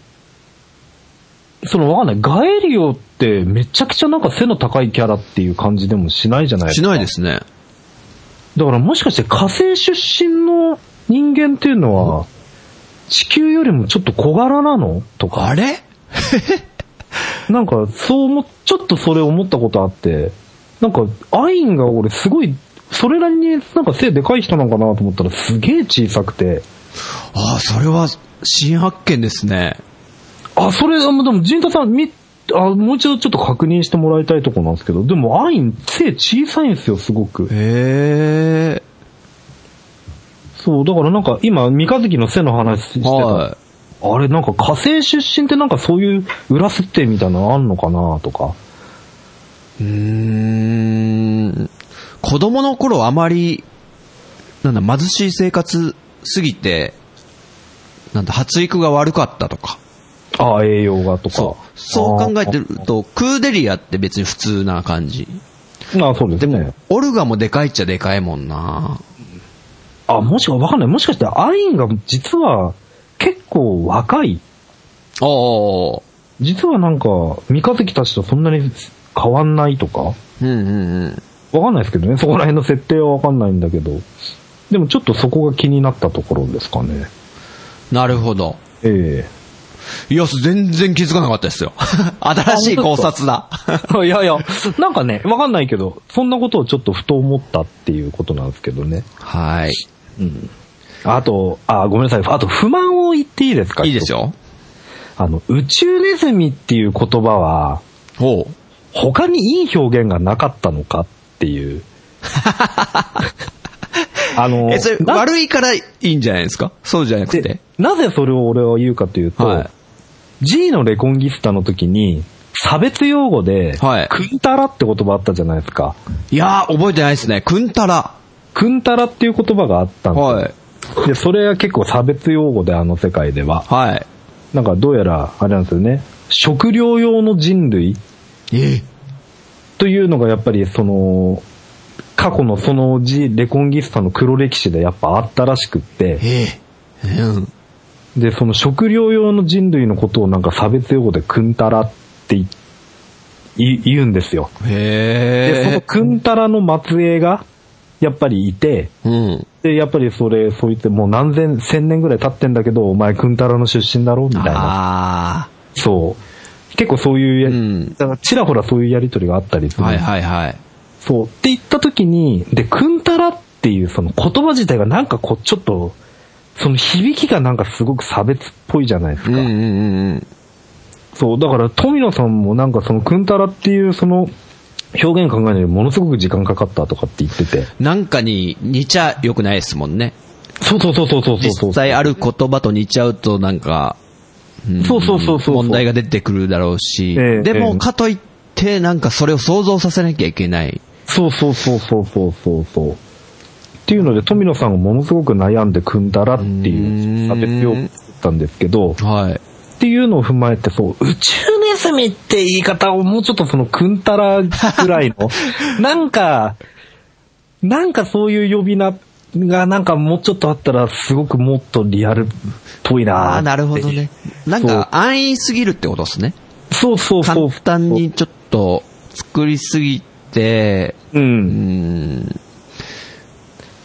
そのわかんない。ガエリオってめちゃくちゃなんか背の高いキャラっていう感じでもしないじゃないです
し
か。
ないですね。
だからもしかして火星出身の人間っていうのは、地球よりもちょっと小柄なのとか。
あれ
なんか、そうも、ちょっとそれ思ったことあって、なんか、アインが俺すごい、それなりになんか背でかい人なんかなと思ったらすげえ小さくて、
ああ、それは新発見ですね。
あ、それ、あもうでも、ジンタさん、み、あ、もう一度ちょっと確認してもらいたいとこなんですけど、でもアイン背小さいんですよ、すごく。
へえ。
そう、だからなんか今、三日月の背の話してた。
は
あれ、なんか火星出身ってなんかそういう裏設定みたいなのあんのかなとか。
い。うーん。子供の頃あまり、なんだ、貧しい生活すぎて、なんだ、発育が悪かったとか。
ああ、栄養がとか。
そう。そう考えてると、クーデリアって別に普通な感じ。
ああ、そうで
で
すね。
も、オルガもでかいっちゃでかいもんな
あ、もしか、わかんない。もしかして、アインが実は結構若い。
おー。
実はなんか、三日月たちとそんなに変わんないとか。わ
うんうんうん。
かんないですけどね。そこら辺の設定はわかんないんだけど。でもちょっとそこが気になったところですかね。
なるほど。
え
いや、全然気づかなかったです よ。新しい考察だ。
え いやいや、なんかね、わかんないけど、そんなことをちょっとふと思ったっていうことなんですけどね。
はい。
あと、あ、ごめんなさい。あと、不満を言っていいですか
いいです。よ。
あの、宇宙ネズミっていう言葉は、
おう。
他にいい表現がなかったのかっていう。 あの、
え、それ、
な
悪いからいいんじゃないですかそうじゃなくて
で。なぜそれを俺は言うかというと、
は
G のレコンギスタの時に、差別用語で、
はい
クンタラって言葉あったじゃないですか。
い。いやー、覚えてないですね。くんたら。
クンタラっていう言葉があったんですよ
はい。
で、それは結構差別用語で、あの世界では。
はい。
なんかどうやら、あれなんですよね。食料用の人類
え
というのがやっぱりその、過去のその G レコンギスタの黒歴史でやっぱあったらしくって、
えうん。
で、その食料用の人類のことをなんか差別用語でくんたらって言い言うんですよ。で、その
へえ。
くんたらの末裔が、やっぱりいて、
うん。
で、やっぱりそれ、そう言ってもう何千、千年ぐらい経ってんだけど、お前くんたらの出身だろみたいな。
あ
そう。結構そういうや、
うん
だからちらほらそういうやりとりがあったりす
あ。
る。
はいはいはい。
そう。って言った時に、で、くんたらっていうその言葉自体がなんかこう、ちょっと、その響きがなんかすごく差別っぽいじゃないです
うん
か。
うんうん
そう、だから富野さんもなんかそのくんたらっていうその表現考えるのにものすごく時間かかったとかって言ってて。
うん。なんかに似ちゃ良くないですもんね。
そうそうそうそうそうそう
実際ある言葉と似ちゃうとなんか、ん
そうそうそうそう
問題が出てくるだろうし、
ええ
で
え
も
え
かといってなんかそれを想像させなきゃいけない。
そうそうそうそうそうそうそう。っていうので、富野さんがものすごく悩んで組んだらっていう差別用語だったんですけど、っ
はい。
ていうのを踏まえて、そう、宇宙ネズミって言い方をもうちょっとその組んたらぐらい の、なんか、なんかそういう呼び名がなんかもうちょっとあったらすごくもっとリアルっぽいな
ああー、なるほどね。。なんか安易すぎるってことですね。
そうそうそう。
簡単にちょっと作りすぎて、
う。
うんん。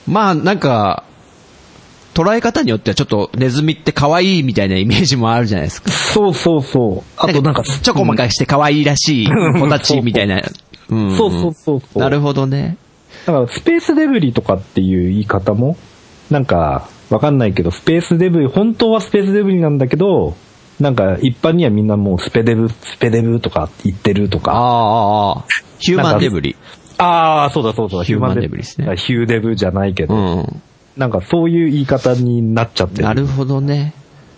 まあなんか、捉え方によってはちょっとネズミって可愛いみたいなイメージもあるじゃないですか。
そうそうそう。あとなんか、
ちょこまかして可愛いらしい子たちみたいな。うん
そうそうそうそう。
なるほどね。
だからスペースデブリとかっていう言い方も、なんか、わかんないけど、スペースデブリ、本当はスペースデブリなんだけど、なんか一般にはみんなもうスペデブ、スペデブとか言ってると
あ
か。
あ、ああ、ヒューマンデブリ。
ああ、そうだそうだ、
ヒューマンデブリですね
ヒューマンデブリヒューデブじゃないけ
う
ど、
ん。
なんかそういう言い方になっちゃって
なるほどね。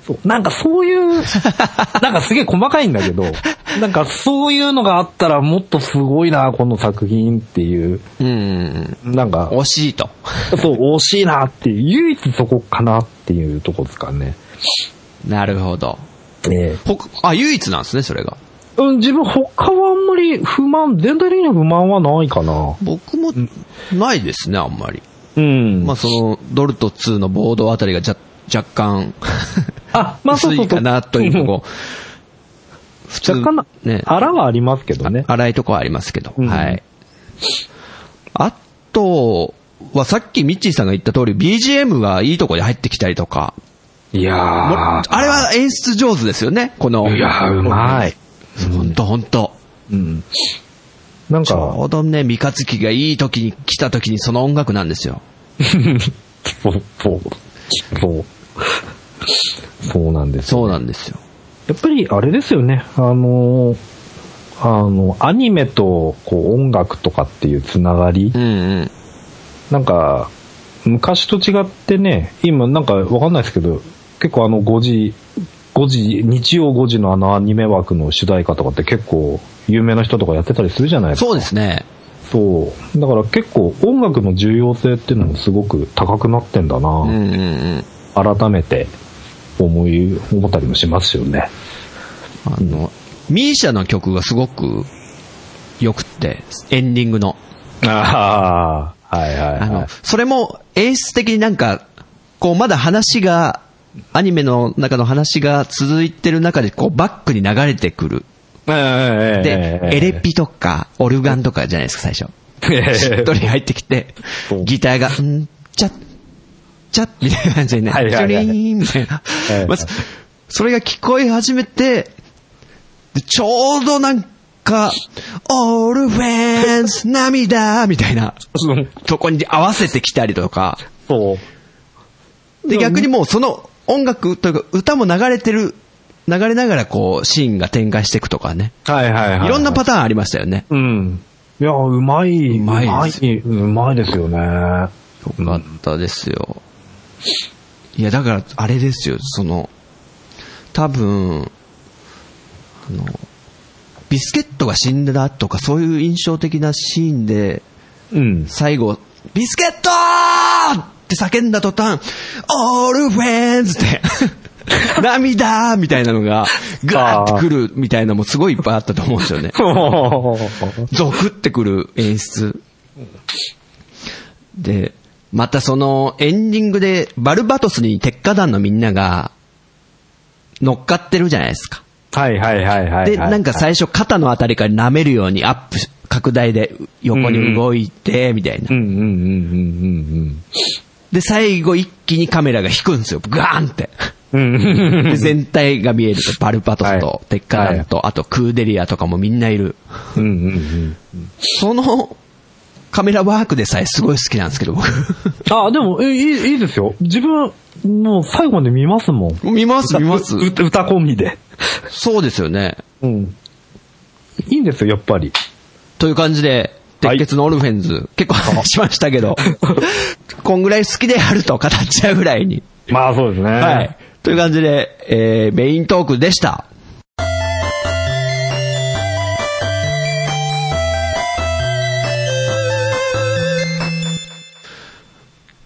そう。なんかそういう、 なんかすげえ細かいんだけど、なんかそういうのがあったらもっとすごいな、この作品っていう、
うん。
なんか、
惜しいと。
そう、惜しいなっていう、唯一そこかなっていうとこですかね。
なるほど。
ええ
ほかあ、唯一なんですね、それが。
うん、自分他はあんまり不満、全体的には不満はないかな。
僕も、ないですね、あんまり。
うん。
まあ、その、ドルト2のボードあたりがじゃ若干、
あ、 まあそ
薄
うそう
い
そ
か
う。
なというとこ。普
うん。若干な、
ね、
あらはありますけどね。
荒いとこはありますけど。
うん
はい。あとは、さっきミッチーさんが言った通り、BGM がいいとこで入ってきたりとか、
いやー。
あれは演出上手ですよね、この。
いやー、うまい。
ほんとほんと。
うん。なん
ちょ
か、
うどね、三日月がいい時に来た時にその音楽なんですよ。
そう、そう、そう。そうなんですよ
そうなんですよ。
やっぱりあれですよね、あのー、あの、アニメとこう音楽とかっていうつながり、
うんうん。
なんか、昔と違ってね、今なんかわかんないですけど、結構あの5時、5時、日曜5時のあのアニメ枠の主題歌とかって結構有名な人とかやってたりするじゃないですか。
そうですね。
そう。だから結構音楽の重要性っていうのもすごく高くなってんだな、
うんうんうん。
改めて思い、思ったりもしますよね。
あの、ミーシャの曲がすごく良くって、エンディングの。
ああ、はいはい、はい。
あの、それも演出的になんか、こうまだ話が、アニメの中の話が続いてる中で、こうバックに流れてくる。で
で、
エレピとか、オルガンとかじゃないですか、最初。 しっとり入ってきて
そう、
ギターが、んちゃっ、ちゃっ、みたいな感じでね、
はいはいはい
ジョリーンみたいな
はいはい。
まず、それが聞こえ始めて、でちょうどなんか、オールフェンス涙みたいな、とこに合わせてきたりとか、
そう。
で、逆にもうその音楽というか歌も流れてる、流れながらこう、シーンが展開していくとかね。
はいはいはい。
いろんなパターンありましたよね。
うん。いや、うまい。
う
う
ま
ま
い
い。うま
で
い
す
ですよね。
よかったですよ。いや、だから、あれですよ、その、多分、あの、ビスケットが死んだとか、そういう印象的なシーンで、
うん。
最後、ビスケットーって叫んだ途端、オールフェンズって、 涙ーみたいなのが、ガーってくるみたいなのもすごいいっぱいあったと思うんですよね。ゾクってくる演出。で、またそのエンディングでバルバトスに鉄火団のみんなが乗っかってるじゃないですか。
はいはいはいはいはい。
で、なんか最初肩のあたりから舐めるようにアップ、拡大で横に動いて、みたいな
う。んうんうんうん
で、最後一気にカメラが引くんですよ。ガーンって。
うんうん。うん。
で、全体が見えると、パルパトス
は
と
い、
テッカランと、あとクーデリアとかもみんないる。
うんうんうん。
その、カメラワークでさえすごい好きなんですけど、僕。
あ、でも、えいい、いいですよ。自分、もう最後まで見ます もん。
見ます見ます
うう歌込みで。
そうですよね。
うん。いいんですよ、やっぱり。
という感じで、
はい
鉄血のオルフェンズ、結構 話しましたけど、こんぐらい好きであると語っちゃうぐらいに。
まあそうですね。
は。い。という感じで、えー、メイントークでした。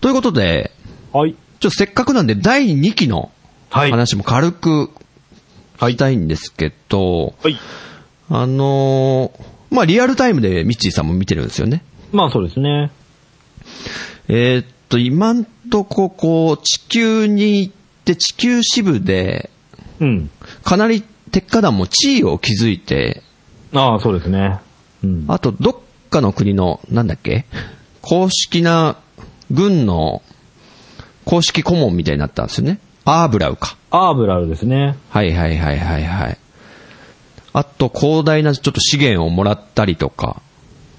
ということで、
はい。
ちょっとせっかくなんで第2期の
はい。
話も軽くしたいんですけど、
はい。
あのーまあ、リアルタイムでミッチーさんも見てるんですよね。
まあそうですね。
えーっと、今んとこ、こう、地球に行って、地球支部で、
うん。
かなり鉄火団も地位を築いて、
ああ、そうですね。うん。
あと、どっかの国の、なんだっけ公式な、軍の、公式顧問みたいになったんですよね。アーブラウか。
アーブラルですね。
はいはいはいはいはい。あと、広大なちょっと資源をもらったりとか、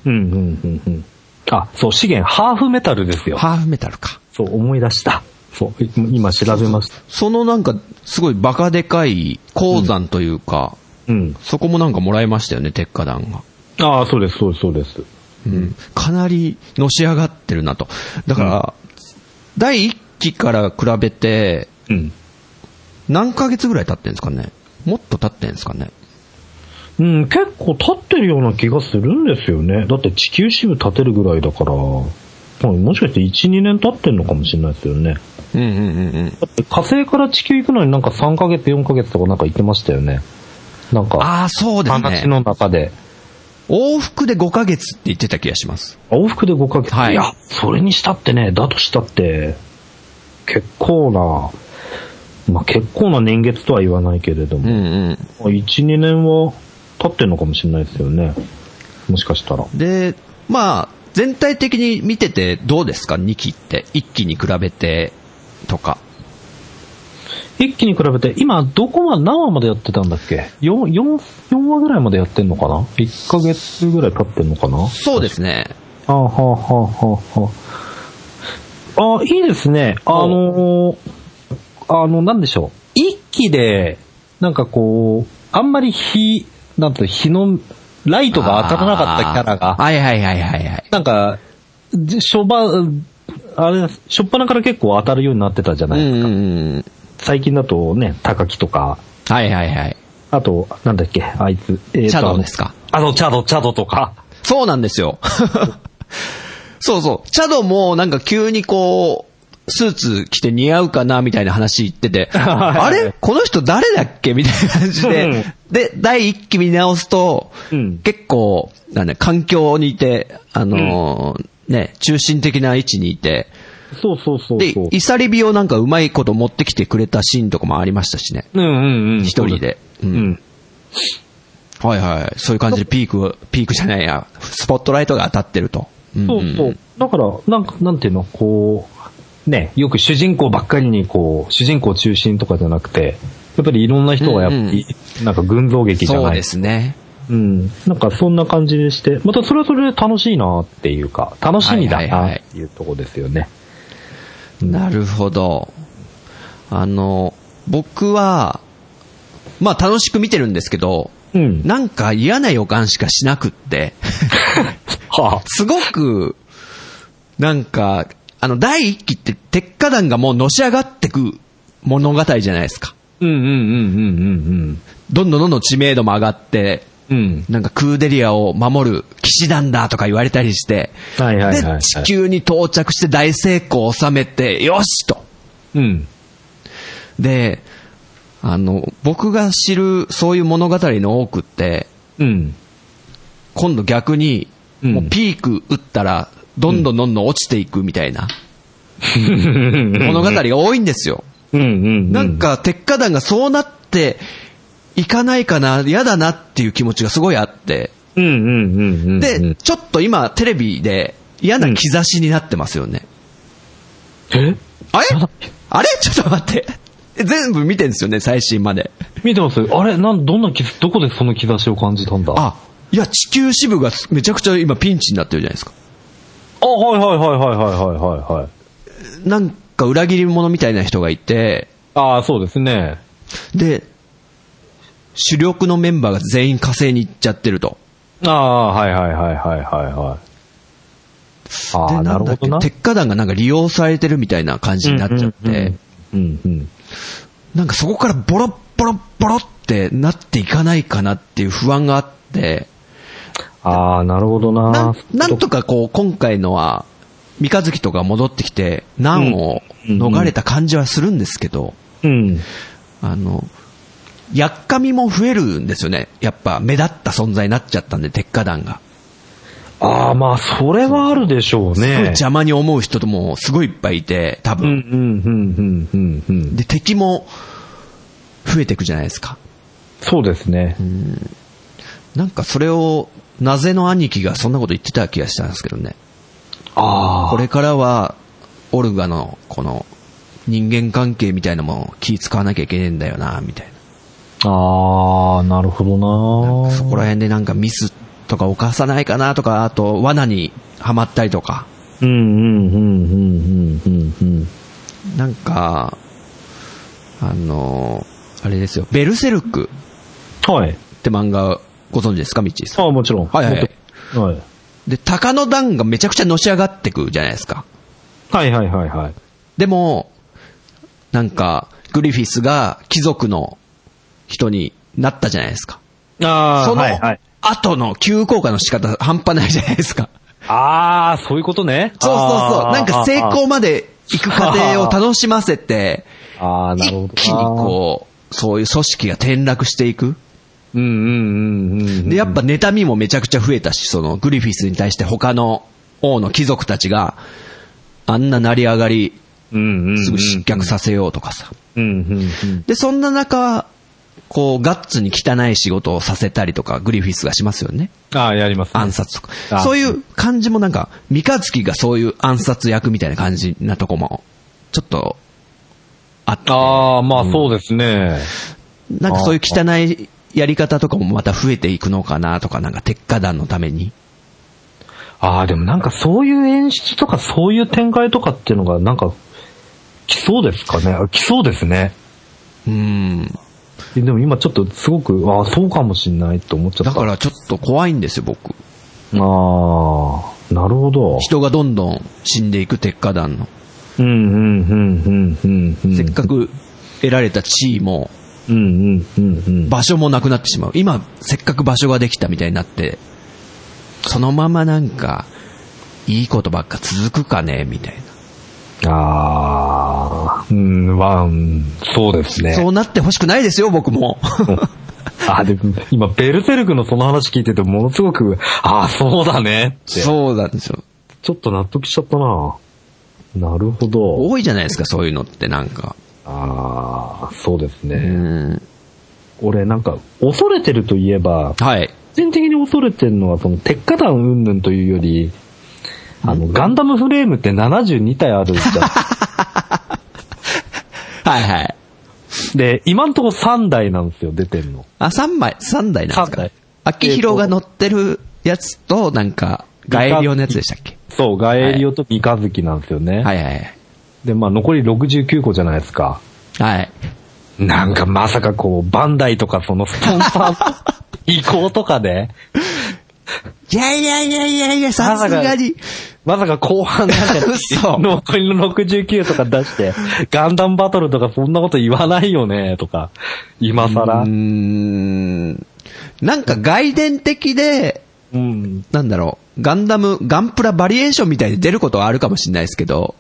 うん、うん、うん、うん。あ、そう、資源、ハーフメタルですよ。
ハーフメタルか。
そう、思い出した。そう、い今調べました。
そのなんか、すごいバカでかい鉱山というか、
うん。
そこもなんかもらいましたよね、鉄火団が。
ああ、そうです、そうです、そうです。
うん。かなりのし上がってるなと。だから、第1期から比べて、
うん。
何ヶ月ぐらい経ってんですかねもっと経ってんですかね
うん、結構立ってるような気がするんですよね。だって地球支部立てるぐらいだから、もしかして1、2年経ってんのかもしれないですよね。
うんうんうんうん。
だって火星から地球行くのになんか3ヶ月、4ヶ月とかなんか行ってましたよね。なんか、
ああ、そうです
話
ね。
の中で。
往復で5ヶ月って言ってた気がします。
往復で5ヶ月。
はい
や、それにしたってね、だとしたって、結構な、まあ、結構な年月とは言わないけれど
うん
も、1、2年は経ってんのかもしれないですよね。もしかしたら。
うん。で、まあ、全体的に見ててどうですか ?2 期って。1期に比べてとか。
一気に比べて、今、どこは何話までやってたんだっけ ?4、4、4話ぐらいまでやってんのかな ?1 ヶ月ぐらい経ってんのかな
そうですね。
あはあはあはあはあ。あ、いいですね。あのー、あの、なんでしょう。一気で、なんかこう、あんまり日、なんていうの日の、ライトが当たらなかったキャラ
あー
が、
はいはいはいはいはい。
なんか、じ初版、あれ、初っ端から結構当たるようになってたじゃ
う
ない。
んうんうん。
最近だとね、高木とか、
はいはいはい。
あと、なんだっけ、あいつ。えーと
チャドですか。
あの、チャド、チャドとか。
そうなんですよ。 そうそう。チャドもなんか急にこう、スーツ着て似合うかなみたいな話言って て、あれこの人誰だっけみたいな感じ
うん
で、で、第一期見直すと、
うん
結構、なんだ、環境にいて、あのーね、中心的な位置にいて、
そうそうそう
で
そう。、
イサリビをなんかうまいこと持ってきてくれたシーンとかもありましたしね。
うんうんうん。
一人で。う
うんん。
はいはい。そういう感じでピーク、ピークじゃないや、スポットライトが当たってると。うん
そうそう。だから、なんか、なんていうの、こう、ね、よく主人公ばっかりに、こう、主人公中心とかじゃなくて、やっぱりいろんな人がやっぱ
うん
り、なんか群像劇じゃ
そう
ない
ですね。
うん。なんかそんな感じでして、またそれはそれで楽しいなっていうか、楽しみだなっていうとこですよね。
なるほど。あの、僕は、まあ楽しく見てるんですけど、
うん。
なんか嫌な予感しかしなく って、
は
すごく、なんか、あの、第一期って鉄火団がもうのし上がってく物語じゃないですか。
うんうんうんうんうん
どんどんどんどん知名度も上がって、
うん。うん。
なんかクーデリアを守る騎士団だとか言われたりして、
はいはいはいはい
で、地球に到着して大成功を収めて、よしと。
うん。
で、あの、僕が知るそういう物語の多くって、
うん。
今度逆に、
うん
もうピーク打ったら、どんどんどんどん落ちていくみたいな、物語が多いんですよ。
うんうん。
なん、か、鉄火団がそうなって行かないかな、嫌だなっていう気持ちがすごいあって、
うんうんうんうんうん。
で、ちょっと今、テレビで嫌な兆しになってますよね。
え
あれあ れちょっと待って。え全部見てんですよね、最新まで。
見てますあれなん、どんな傷、どこでその兆しを感じたんだ
あ、いや、地球支部がめちゃくちゃ今ピンチになってるじゃないですか。
あ、はいはいはいはいはいはいはい。
なんか裏切り者みたいな人がいて、
ああ、そうですね。
で、主力のメンバーが全員火星に行っちゃってると。
ああ、はいはいはいはいはいはい。あ
で
あ、なんる
だ
ほ
っけ
どな。
鉄火団がなんか利用されてるみたいな感じになっちゃって、
うんうん。
なんかそこからボロッボロッボロってなっていかないかなっていう不安があって、
ああ、なるほど
な
な。
んなんとかこう今回のは、三日月とか戻ってきて、難を逃れた感じはするんですけど、
うん。
あの、やっかみも増えるんですよね。やっぱ目立った存在になっちゃったんで、鉄火団が。
ああ、まあ、それはあるでしょう
すごい
ね。
邪魔に思う人ともすごいいっぱいいて、多
うんう
分。
んうんうんうんうん。
で、敵も増えていくじゃないですか。
そうですね。
なんかそれを、なぜの兄貴がそんなこと言ってた気がしたんですけどね。
ああ。
これからは、オルガの、この、人間関係みたいのも気使わなきゃいけねえんだよな、みたい
ああ、なるほど
な。
な。
そこら辺でなんかミスとか犯さないかなとか、あと、罠にはまったりとか。
うんうんうんうんうんうん
なんか、あの、あれですよ、ベルセルク
うん。はい。
って漫画ご存知ですか、みっちーさん。
ああ、もちろん。
はいはいはい
はい。
で、鷹の段がめちゃくちゃのし上がってくじゃないですか。
はいはいはいはい。
でも、なんか、グリフィスが貴族の人になったじゃないですか。
ああ、
その
はいはい。
後の急降下の仕方半端ないじゃないです か。
ああ、そういうことね。
そうそうそう。なんか成功まで行く過程を楽しませて、
あーあー、な
一
るほどな。
気にこう、そういう組織が転落していく。
う。うんうんうんうんうん。
で、やっぱ妬みもめちゃくちゃ増えたし、そのグリフィスに対して他の王の貴族たちが、あんな成り上がり、
うんうん。
すぐ失脚させようとかさ。
うんうんうん。
で、そんな中、こう、ガッツに汚い仕事をさせたりとか、グリフィスがしますよね。
ああ、やりますね。
暗殺とか。
あ
そういう感じもなんか、三日月がそういう暗殺役みたいな感じなとこも、ちょっと、あって、
ああ、まあそうですね。
なんかそういう汚いやり方とかもまた増えていくのかなとか、なんか鉄火団のために。
ああ、でもなんかそういう演出とかそういう展開とかっていうのがなんか、来そうですかね。あ来そうですね。
うん。
でも今ちょっとすごく、ああ、そうかもしんないと思っちゃっ
だ
た。
からちょっと怖いんですよ、僕。
ああ、なるほど。
人がどんどん死んでいく鉄火団の。
うんうんうんうんうんうん。
せっかく得られた地位も、
うんうんうんうん。
場所もなくなってしまう。今、せっかく場所ができたみたいになって、そのままなんか、いいことばっか続くかね、みたい
ああ、うん、ワン、そうです
な。
ね。
そうなってほしくないですよ、僕も。
あ、でも、今、ベルセルクのその話聞いてて、ものすごく、ああ、そうだねって。
そうなんですよ。
ちょっと納得しちゃったな。なるほど。
多いじゃないですか、そういうのってなんか。
ああ、そうですね。
うん。
俺、なんか、恐れてるといえば、
はい。
個人的に恐れてるのは、その、鉄火弾云々というより、あの、ガンダムフレームって72体あるじゃ
はいはい。
ん。で、今んとこ3台なんですよ、出てんの。
あ、3枚、三台なんです
三
か
台。
秋広が乗ってるやつと、なんか、外エリオのやつでしたっけ
そう、ガエリオと三日月なんですよね。
はいはい
で、まあ、残り69個じゃないですか。
はい。はい。
なんかまさかこう、バンダイとかそのスポンサ ーの移行とかで、
いやいやいやいやいや、さすがに。
まさか後半なんか
嘘
残りの69とか出して、ガンダムバトルとかそんなこと言わないよね、とか、今更。
うーんなんか外伝的で、
うん。
なんだろう、ガンダム、ガンプラバリエーションみたいに出ることはあるかもしれないですけど、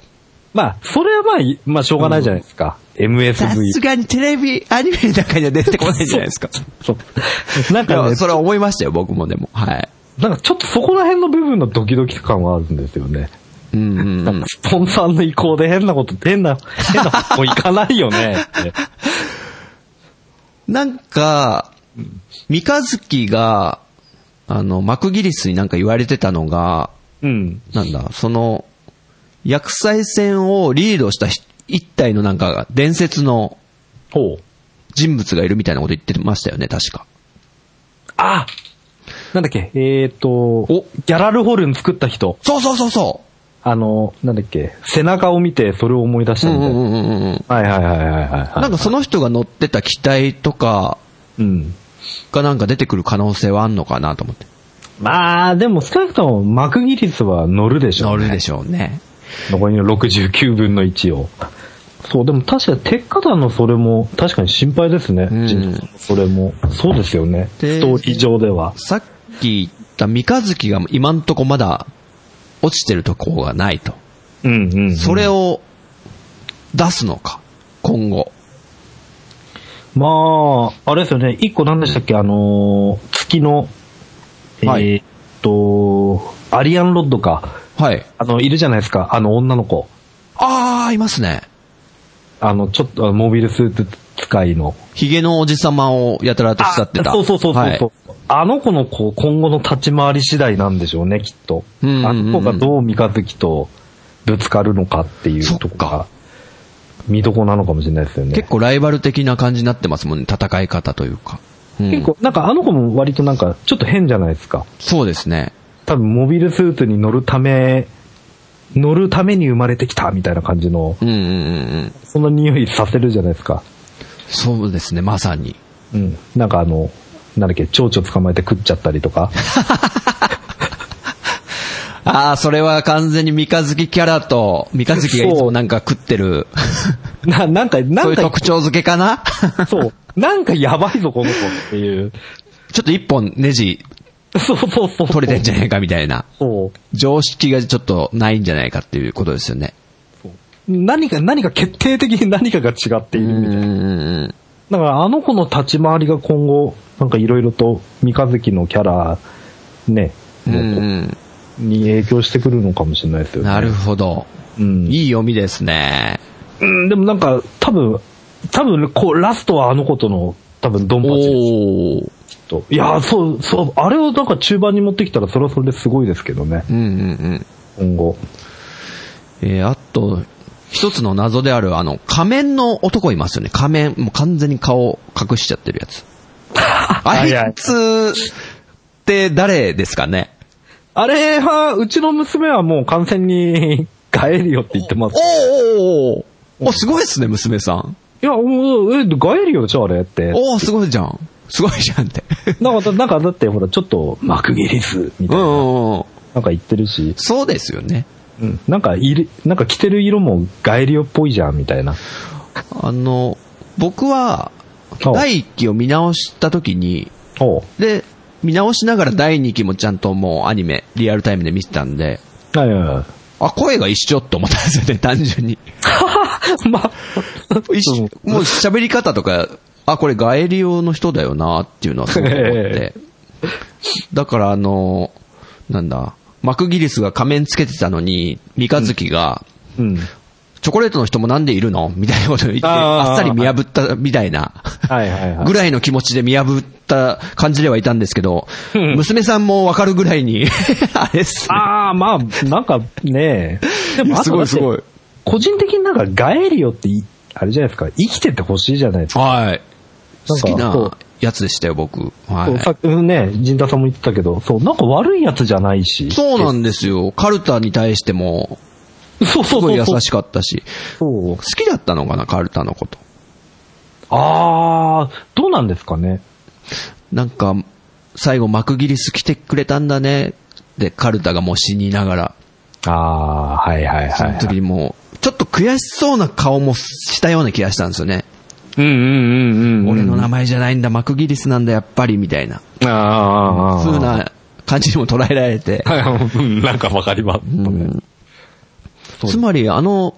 まあ、それはまあい、まあしょうがないじゃないですか。
さ
MSV
す。がにテレビ、アニメの中には出てこないじゃないですか。
そう。なん
い
か、
や、
ね、
それは思いましたよ、僕もでも。はい。
なんかちょっとそこら辺の部分のドキドキ感はあるんですよね。
うんうんう
なん
ん
か。スポンサーの意 向で変なこと、変な、変な方向行かないよねって。
なんか、三日月が、あの、マクギリスになんか言われてたのが、
うん。
なんだ、その、薬剤戦をリードしたひ一体のなんか伝説の
ほう。
人物がいるみたいなこと言ってましたよね、確か。
あなんだっけえーと、おギャラルホルン作った人。
そうそうそうそ
あの、なんだっけ背中を見てそれを思い出し
う
た
うん
み
う
たい
ん
な。
うんうんうん。
はいはいはいはいはいはい。
なんかその人が乗ってた機体とか
うん。
がなんか出てくる可能性はあんのかなと思って。
まあ、でも少なくともマクギリスは乗るでしょ
乗
う、ね。
るでしょうね。
残りの69分の1を。そう、でも確かに、鉄火団のそれも、確かに心配ですね。
うん
ジンジさんのそれも。そうですよね。
で
ストーリー上では。
さっき言った三日月が今んとこまだ落ちてるとこがないと。
うんうん、
それ。を出すのか、今後。
まあ、あれですよね。一個何でしたっけあのー月の、え
はい
ーっと、アリアンロッドか。
はい。
あの、いるじゃないですか。あの、女の子。
あー、いますね。
あの、ちょっと、あのモビルスーツ使いの。
ヒゲのおじさまをやたらと使ってた。
あそうそうそうそうそう、
はい
あの子のこう今後の立ち回り次第なんでしょうね、きっと。
うんうんうんうん
あの子がどう三日月とぶつかるのかっていうとこ
そっ
が、見どこなのかもしれないですよね。
結構ライバル的な感じになってますもんね、戦い方というか。うん
結構、なんかあの子も割となんかちょっと変じゃないですか。
そうですね。
多分モビルスーツに乗るため、乗るために生まれてきたみたいな感じの、
うんうんうんうん。
そんな匂いさせるじゃないですか。
そうですね、まさに。
うん。なんかあの、なんだっけ、蝶々捕まえて食っちゃったりとか。
ああ、それは完全に三日月キャラと、三日月がいつもなんか食ってる、
な、なんか、な
そうい
ん
う
か
特徴付けかな
そう。なんかやばいぞ、この子っていう。
ちょっと一本ネジ
そうそうそう。
取れてんじゃねえかみたいな。
そう。
常識がちょっとないんじゃないかっていうことですよね。
何か、何か決定的に何かが違っている
うん
み
う
たいな。
んうん。
だからあの子の立ち回りが今後、なんかいろいろと三日月のキャラ、ね、
うんうん
に影響してくるのかもしれないですよね。
なるほど。
うん。
いい読みですね。
うん、でもなんか、多分、多分、こう、ラストはあの子との、多分、ドンパチ
おー。
と。いやー、そう、そう、あれをなんか中盤に持ってきたら、それはそれですごいですけどね、
うんうんうん。
今後。
えー、あと、一つの謎である、あの、仮面の男いますよね。仮面、もう完全に顔隠しちゃってる やつ。あ
い
いつって誰ですかね
あれは、うちの娘はもう完全に 帰るよって言ってます。
おーおーおーおすごいっすね、娘さん。
いや、もう、え、帰るよ、じゃああれって。
おーすごいじゃん。すごいじゃんって。
なんか、なんか、だってほら、ちょっと、マクギリス、み
う
た
ん
いな、
うんうん。
なんか言ってるし、
そうですよね。
うん、なんか、いる、なんか着てる色も帰るよっぽいじゃん、みたいな。
あの、僕は、
お
第1期を見直したときに、
おう
で、見直しながら第2期もちゃんともうアニメ、リアルタイムで見てたんで、
はいはいは
あ、声が一緒って思ったんですよ ね、単純に。
い。 まあ、
一緒もう喋り方とか、あ、これガエリオの人だよなっていうのはすごく 思っ
え
て。だからあの、なんだ、マクギリスが仮面つけてたのに、三日月が、
うん。
チョコレートの人もなんでいるのみたいなことを言って、
あー
あっさり見破ったみたいな。
はいはいはい。
ぐらいの気持ちで見破った感じではいたんですけど、
うん
娘さんもわかるぐらい に、あれっすね。
ああ、まあ、なんかね、でもあと
すごいすご
だ
い
って。個人的になんか、帰るよってい、あれじゃないですか、生きててほしいじゃないですか。
はい。好
なんか
き
そ
な
う
やつでしたよ、僕。は
そう
い。
さっきね、陣田さんも言ってたけど、そう、なんか悪いやつじゃないし。
そうなんですよ。カルタに対しても、
そうそ
す
うそ
ご
う。
い優しかったし、
そ
好。
う
きだったのかな、カルタのこと。
あー、どうなんですかね。
なんか、最後、マクギリス来てくれたんだね。で、カルタがもう死にながら、
あー、はいはい
そ
はい、
の
は
時
い。
にもう、ちょっと悔しそうな顔もしたような気がしたんですよね。
うんうんうんうん。
俺の名
前。
前じゃないんだ、マクギリスなんだ、やっぱり、みたいな。
あーあー、あー
風。な感じにも捉えられて。
はいうん なんかわかります。
うんつまり、あの、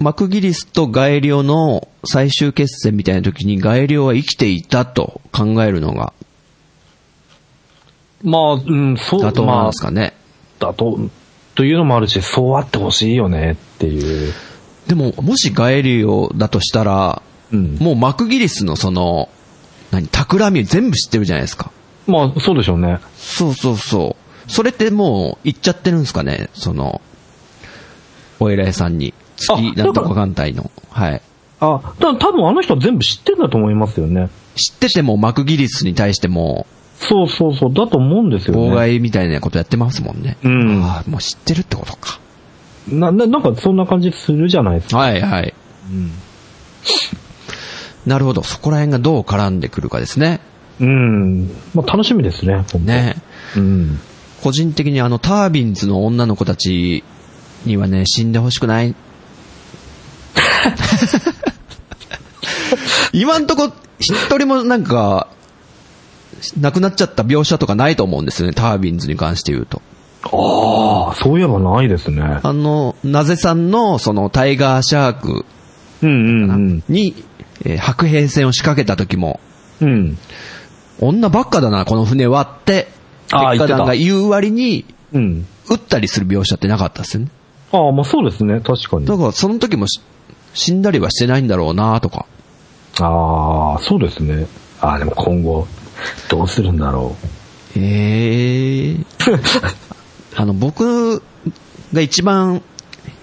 マクギリスとガエリオの最終決戦みたいな時にガエリオは生きていたと考えるのが
まあ、うん、そう、
妥当なんです
ま
かね。
あ、だと、というのもあるし、そうあってほしいよねっていう。
でも、もしガエリオだとしたら、
うん。
もうマクギリスのその、何、企み全部知ってるじゃないですか。
まあ、そうでしょうね。
そうそうそう。それってもう、言っちゃってるんですかねその、お偉いさんに。月、
あ
なんとか艦隊の。はい。
あ、た多分あの人は全部知ってんだと思いますよね。
知ってても、マクギリスに対しても、
そうそうそう、だと思うんですよね。
妨害みたいなことやってますもんね。
うん
ああ、もう知ってるってことか。
な、な、なんかそんな感じするじゃないですか。
はいはい。なるほど。そこら辺がどう絡んでくるかですね。
うん。まあ楽しみですね、今後。
ね。
うん。
個人的にあの、タービンズの女の子たちにはね、死んでほしく ない。今んとこ、一人もなんか、亡くなっちゃった描写とかないと思うんですよね、タービンズに関して言うと。
ああ、そういえばないですね。
あの、なぜさんの、その、タイガーシャーク
うんうんうん。
に、えー白兵戦を仕掛けた時も、
うん。
女ばっかだな、この船はって、
あー
鉄火団が言う割に、
うん。
撃ったりする描写ってなかったですよね。
ああ、まあそうですね、確かに。
だから、その時もし死んだりはしてないんだろうなとか。
ああ、そうですね。ああ、でも今後、どうするんだろ
ええあの、僕が一番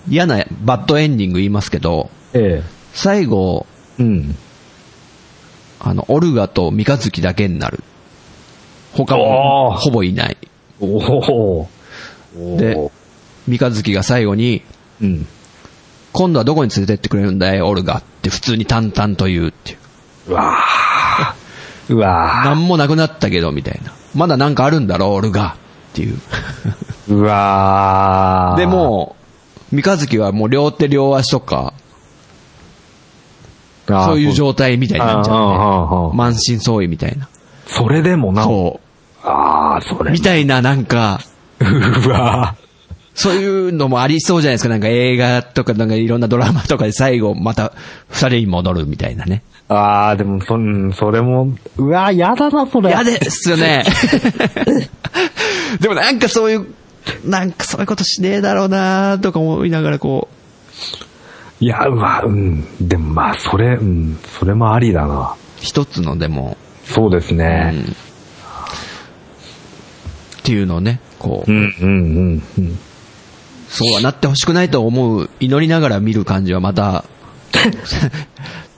嫌なバッドエンディング言いますけど、
う。え
最後、
え。うん。
あの、オルガと三日月だけになる。他も
おー
ほぼいない。
おお。お
で
お。
三日月が最後に、
うん。
今度はどこに連れてってくれるんだい、オルガって普通に淡々と言うっていう。
うわあ。うわあ。
なんもなくなったけど、みたいな。まだなんかあるんだろ、オルガっていう。
うわあ。
で、もう、三日月はもう両手両足とか、
あー、
そういう
態
状態みたいになっちゃう、ね。
う
満身創痍みたいな。
それでもな。
そ。
ああ、そうれ
み。たいな、なんか、
うわ
そういうのもありそうじゃないですか。なんか映画とか、なんかいろんなドラマとかで最後、また二人に戻るみたいなね。
あ。ああ、でも、そ、うんそれも、うわーやだな、それ。
嫌ですよね。 でもなんかそういう、なんかそういうことしねえだろうなとか思いながらこう、
いや、うわ、うん。でも、まあ、それ、うん、それもありだな。
一つのでも、
そうです
うん、っ
ね。
ていうのをね、こう
う、ん、うん、うん、うん。
そうはなってほしくないと思う、祈りながら見る感じはま た、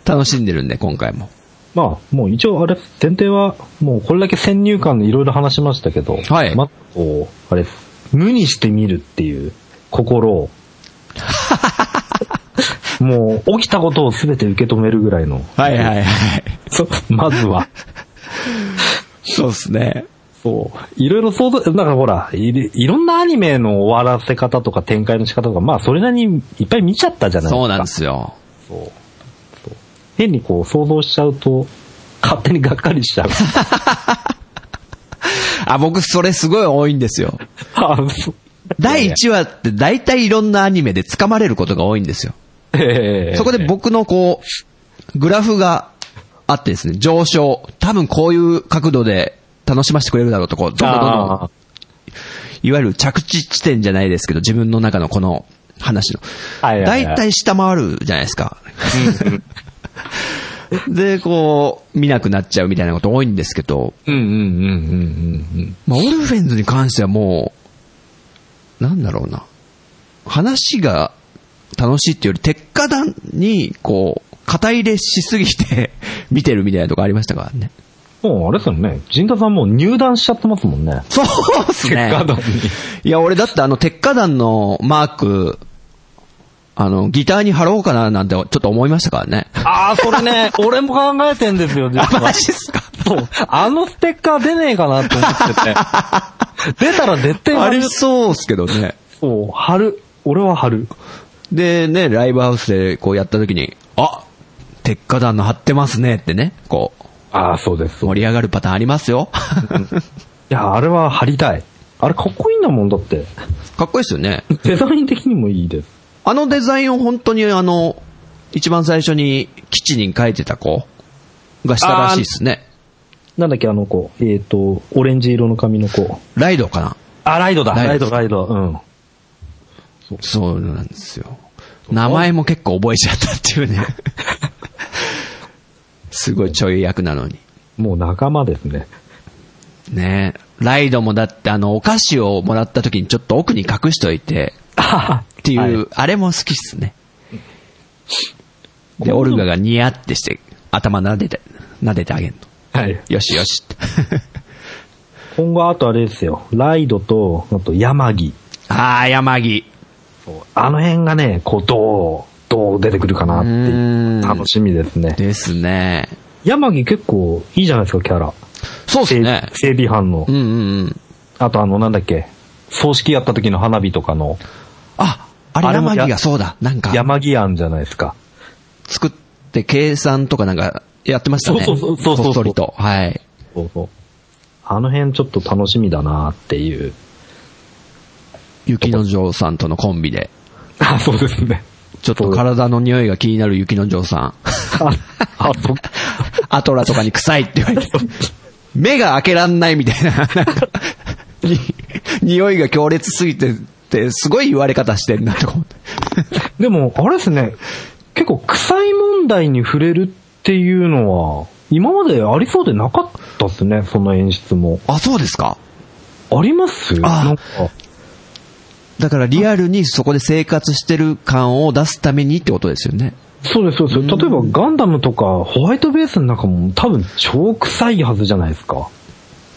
楽しんでるんで、今回も。
まあ、もう一応、あれ、前提は、もうこれだけ先入観でいろいろ話しましたけど、
はい
ま、こう、あれ、無にしてみるっていう心 を、もう、起きたことを全て受け止めるぐらいの、
はいはいはい。
そまずは。
そうですね。
そう。いろいろ想像、なんかほら、いりいろんなアニメの終わらせ方とか展開の仕方とか、まあそれなりにいっぱい見ちゃったじゃないですか。
そうなんですよ。
そう。そう変にこう想像しちゃうと、勝手にがっかり しちゃう。
あ、僕それすごい多いんですよ。
あそう
第1話って大体いろんなアニメで掴まれることが多いんですよ。
ええ
そこで僕のこう、グラフがあってですね、上昇。多分こういう角度で楽しませてくれるだろうと、こう、どんどんどんどん
あ
いわゆる着地地点じゃないですけど、自分の中のこの話の。
はいはいは
大
い
体下回るじゃないですか。 で、こう、見なくなっちゃうみたいなこと多いんですけど、
ーうんうんうんうんうんうん。
まあ、オルフェンズに関してはもう、なんだろうな。話が楽しいっていうより、鉄火団に、こう、肩入れしすぎて 見てるみたいなとこありましたからね。
もうあれですよね。陣田さんもう入団しちゃってますもんね。
そうっすね。
鉄火団に
いや、俺だってあの、鉄火団のマーク、あの、ギターに貼ろうかななんてちょっと思いましたからね。
ああ、それ ね、俺も考えてんですよ、実
あ、マジっすか
そう。あのステッカー出ねえかなって思 ってて。出たら絶対貼
あ
る
りそうっすけどね。
そう、貼る。俺は貼る。
で、ね、ライブハウスでこうやった時に、あ鉄火団の貼ってますねってね、こう、
ああ、そうです。い
盛り上がるパターンあります よ。
や、あれは貼りたい。あれかっこいいんだもんだ って。
かっこいいですよね。
デザイン的にもいいです。
あのデザインを本当にあの、一番最初に基地に書いてた子がしたらしいですね。
なんだっけ、あの子。えっ、と、オレンジ色の髪の子。
ライドかな
あ、ライドだ
ラ
ラ
イ
イ
ド
ド、ライド。うん。
そうなんですよ。名前も 結構覚えちゃったっていうね。すごいちょい役なのに。
もう仲間です ね。
ねライドもだってあの、お菓子をもらった時にちょっと奥に隠しといて、っていう、
は
あれも好きっすね。で、オルガがニヤってして、頭撫でて、撫でてあげんの。
はい。
よしよしって。
今後あとあれですよ。ライドと、あと山木。
あー、山木。
あの辺がね、こう、どう、どう出てくるかなって
うー
い
ん
う、楽しみですね。
ですね。
山木結構いいじゃないですか、キャラ。
そうっすね。
整備班の
う。んうんうん。
あとあの、なんだっけ、葬式やった時の花火とかの、
あ、あれ
あれも
山木が
や
そうだ。なんか、
山木庵じゃないですか。
作って計算とかなんかやってましたね。
そうそうそうそうそう
こっそりと。はい。
そうそう。あの辺ちょっと楽しみだなって いう。
雪の城さんとのコンビで。
あ、そうですね。
ちょっと体の匂いが気になる雪の城さん。
あ、あ、そっか。
アトラとかに臭いって言われて。目が開けらんないみたいな。なんかに匂いが強烈すぎてって、すごい言われ方してんなと思って。
でも、あれですね、結構、臭い問題に触れるっていうのは、今までありそうでなかったですね、その演出も。
あ、そうですか
あります
あ
なんか、
だからリアルにそこで生活してる感を出すためにってことですよね。
そうです、そうです。例えば、ガンダムとか、ホワイトベースの中も多分超臭いはずじゃないですか。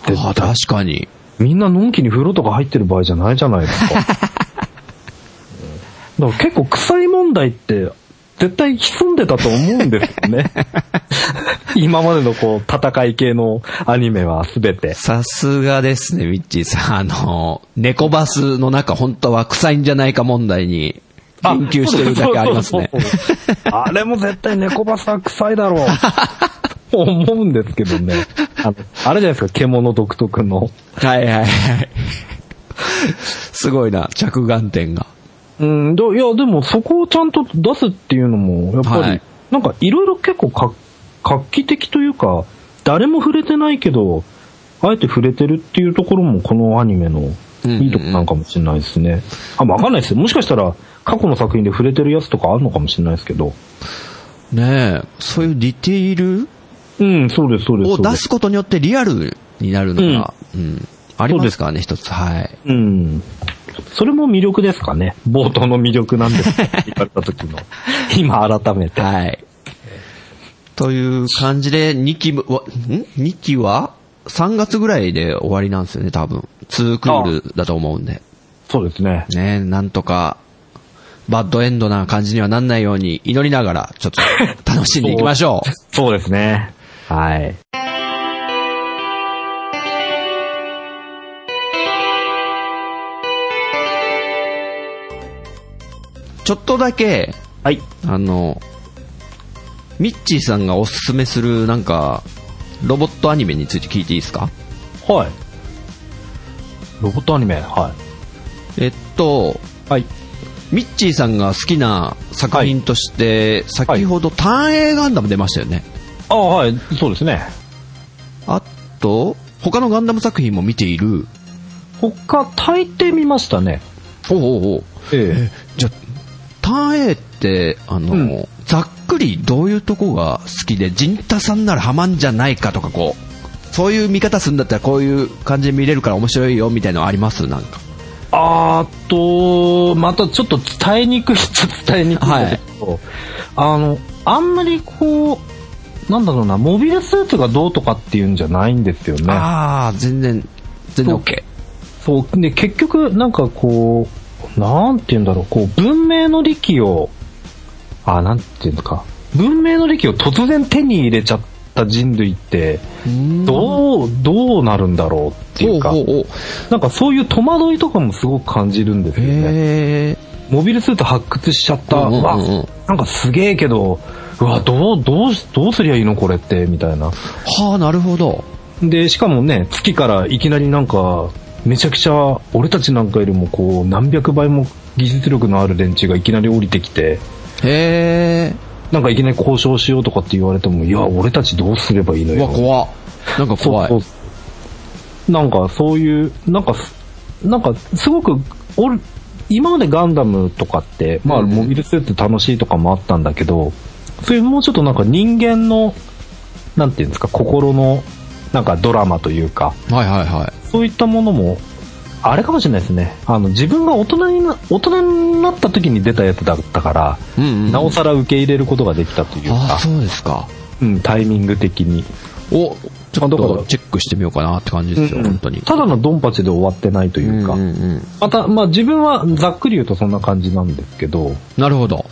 絶対
あ確かに。
みんなのんきに風呂とか入ってる場合じゃないじゃないですか。うんだから結構臭い問題って絶対潜んでたと思うんですよね。今までのこう戦い系のアニメは全て。
さすがですね、ミッチーさん。あの、猫バスの中本当は臭いんじゃないか問題に研究してるだけありますね
そ。うそうそうそう。あれも絶対猫バスは臭いだろう。と思うんですけどね。あのあれじゃないですか、獣独特の。
はいはいはい。すごいな、着眼点が。
うん、だいや、でもそこをちゃんと出すっていうのも、やっぱり、
はい
なんかいろいろ結構か画期的というか、誰も触れてないけど、あえて触れてるっていうところもこのアニメの
うんうん
いいとこなんかもしれないですね。あ、まあわかんないですよ。もしかしたら過去の作品で触れてるやつとかあるのかもしれないですけど。
ねえ、そういうディテール
うん、そうです、そうです。
を
そうで
出
す
すことによってリアルになるのが、うん、ありますからね、一つ。はい。
うん。それも魅力ですかね。冒頭の魅力なん ですって言われた時の。今改めて。
はい。という感じで、2期は、ん ?2 期は ?3 月ぐらいで終わりなんですよね、多分。2クールだと思うんで。
そうですね。
ねなんとか、バッドエンドな感じにはなんないように祈りながら、ちょっと楽しんでいきまし ょう。
そうですね。はい。
ちょっとだけ、
はい。
あの、ミッチーさんがおすすめするなんか、ロボットアニメについて聞いていいですか
はい。ロボットアニメは
えっと、
い。はい。
ミッチーさんが好きな作品として、先ほど、単影ガンダム出ましたよね。
あはい。そうですね。
あと、他のガンダム作品も見ている。
他、大抵見ましたね。
おうおうおう
え
じゃあ、単影って、あの、
うん
ざっくりどういうとこが好きで、陣太さんならハマんじゃないかとか、こう、そういう見方するんだったらこういう感じで見れるから面白いよみたいなのありますなんか。
あーと、またちょっと伝えにくいっちゃ伝えにくいんだけど、あの、あんまりこう、なんだろうな、モビルスーツがどうとかっていうんじゃないんですよね。
ああ、全然、全然
そう
OK。
そう、で、結局、なんかこう、なんて言うんだろう、こう、文明の利器を、あ、なんて言うんですか、文明の利器を突然手に入れちゃった人類って、どう、どうなるんだろうっていうか、
おうおうおう
なんかそういう戸惑いとかもすごく感じるんですよね。
へえ。
モビルスーツ発掘しちゃった、
う
うん
うんうん
わ、なんかすげえけど、うわ、どう、どう、どうすりゃいいのこれって、みたいな。
はあ、なるほど。
で、しかもね、月からいきなりなんか、めちゃくちゃ、俺たちなんかよりもこう、何百倍も技術力のある連中がいきなり降りてきて、
へ
なんかいきなり交渉しようとかって言われても、いや、俺たちどうすればいいの
え。う
よ
わ、。怖っなんか怖い。
そうそうなんかそういう、なんかす、なんかすごく、俺、今までガンダムとかって、まあ、
うんうん
モビルスーツ楽しいとかもあったんだけど、そういうもうちょっとなんか人間のなんていうんですか、心の、なんかドラマというか、
はいはいはい。
そういったものも、あれかもしれないですね。あの、自分が大人にな、大人になった時に出たやつだったから、
うんうんうん
なおさら受け入れることができたという
あ
か、
そうですか。
うん、タイミング的に。
お、ちょっ
あだから
とチェックしてみようかなって感じですよ、本当に。
ただのドンパチで終わってないというか、
うんうんうん
また、まあ自分はざっくり言うとそんな感じなんですけど、
なるほど。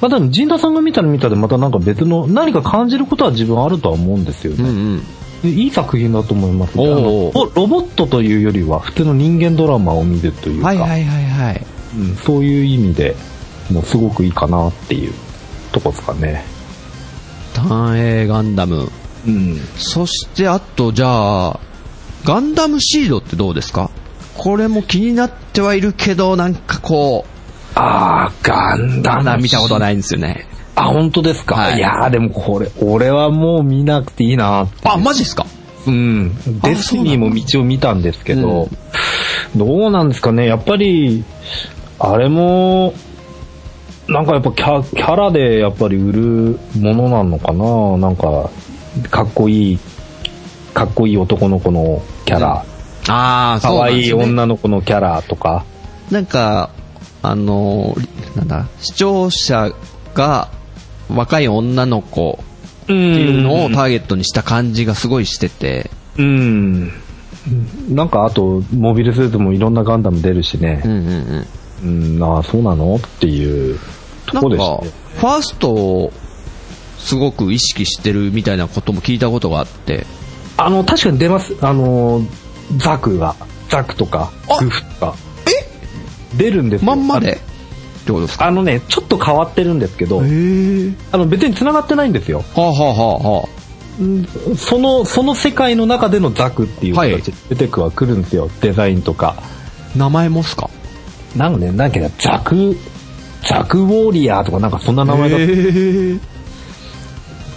まあでも陣田さんが見たら見たでまたなんか別の、何か感じることは自分あるとは思うんですよ
うんう
ね。
ん。
でいい作品だと思いますね。
おう
あのロボットというよりは普通の人間ドラマを見るというか、
はいはいはいはい。
うん、そういう意味でもうすごくいいかなっていうとこですかね。
単影ガンダム。
うん。
そしてあとじゃあ、ガンダムシードってどうですかこれも気になってはいるけど、なんかこ
あー、ガン
う、
ダ
ま
ム。
だ見たことないんですよね。
あ、本当ですか、
はい
い、やーでもこれ、俺はもう見なくていいなって
あ、マジですか
うん。デスティニーも道を見たんですけど、どうなんですかねやっぱり、あれも、なんかやっぱキャキャラでやっぱり売るものなのかななんか、かっこいい、かっこいい男の子のキャラ、
ああ、
かわいい
女
女の子のキャラとか、
なんか、あのー、りなんだ、視聴者が若い女の子
って
って
い
いうのをターゲットにした感じがすごいしてて、
うん。なんかあと、モビルスーツもいろんなガンダム出るし
うん
ね、
うんうん。
うん、ああ、そうなのっていうと
な
こ
ん
で
か
したね、
ファーストをすごく意識してるみたいなことも聞いたことがあって、
あの、確かに出ます。あの、ザクが、ザクとか、グフとか。え出るんですよ
まんまでってことですか
あのね、ちょっと変わってるんですけど、
え。
あの別に繋がってないんですよ。
はあ、はあはあは
その、その世界の中でのザクっていう
はい
形で出てくは来るんですよ。デザインとか。
あ、名前もっすか
なんかね、なんかねザク、ザクウォーリアーとかなんかそんな名前だっ
え。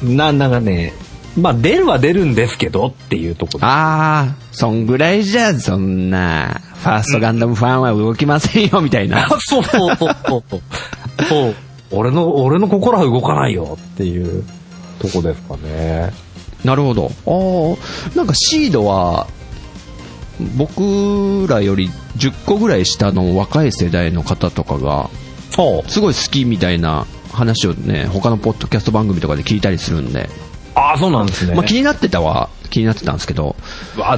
た。な、なんかね、まあ出るは出るんですけどっていうところ。
ああ、そんぐらいじゃ、そんな、ファーストガンダムファンは動きませんよ、みたい な。
そうそうそうそう。そう。俺の、俺の心は動かないよっていうとこですかね。
なるほど。ああ、なんかシードは、僕らより10個ぐらい下の若い世代の方とかが、
そう。
すごい好きみたいな話をね、他のポッドキャスト番組とかで聞いたりするんで、
ああ、そうなんですね。
まあ気になってたは気になってたんですけど、
あ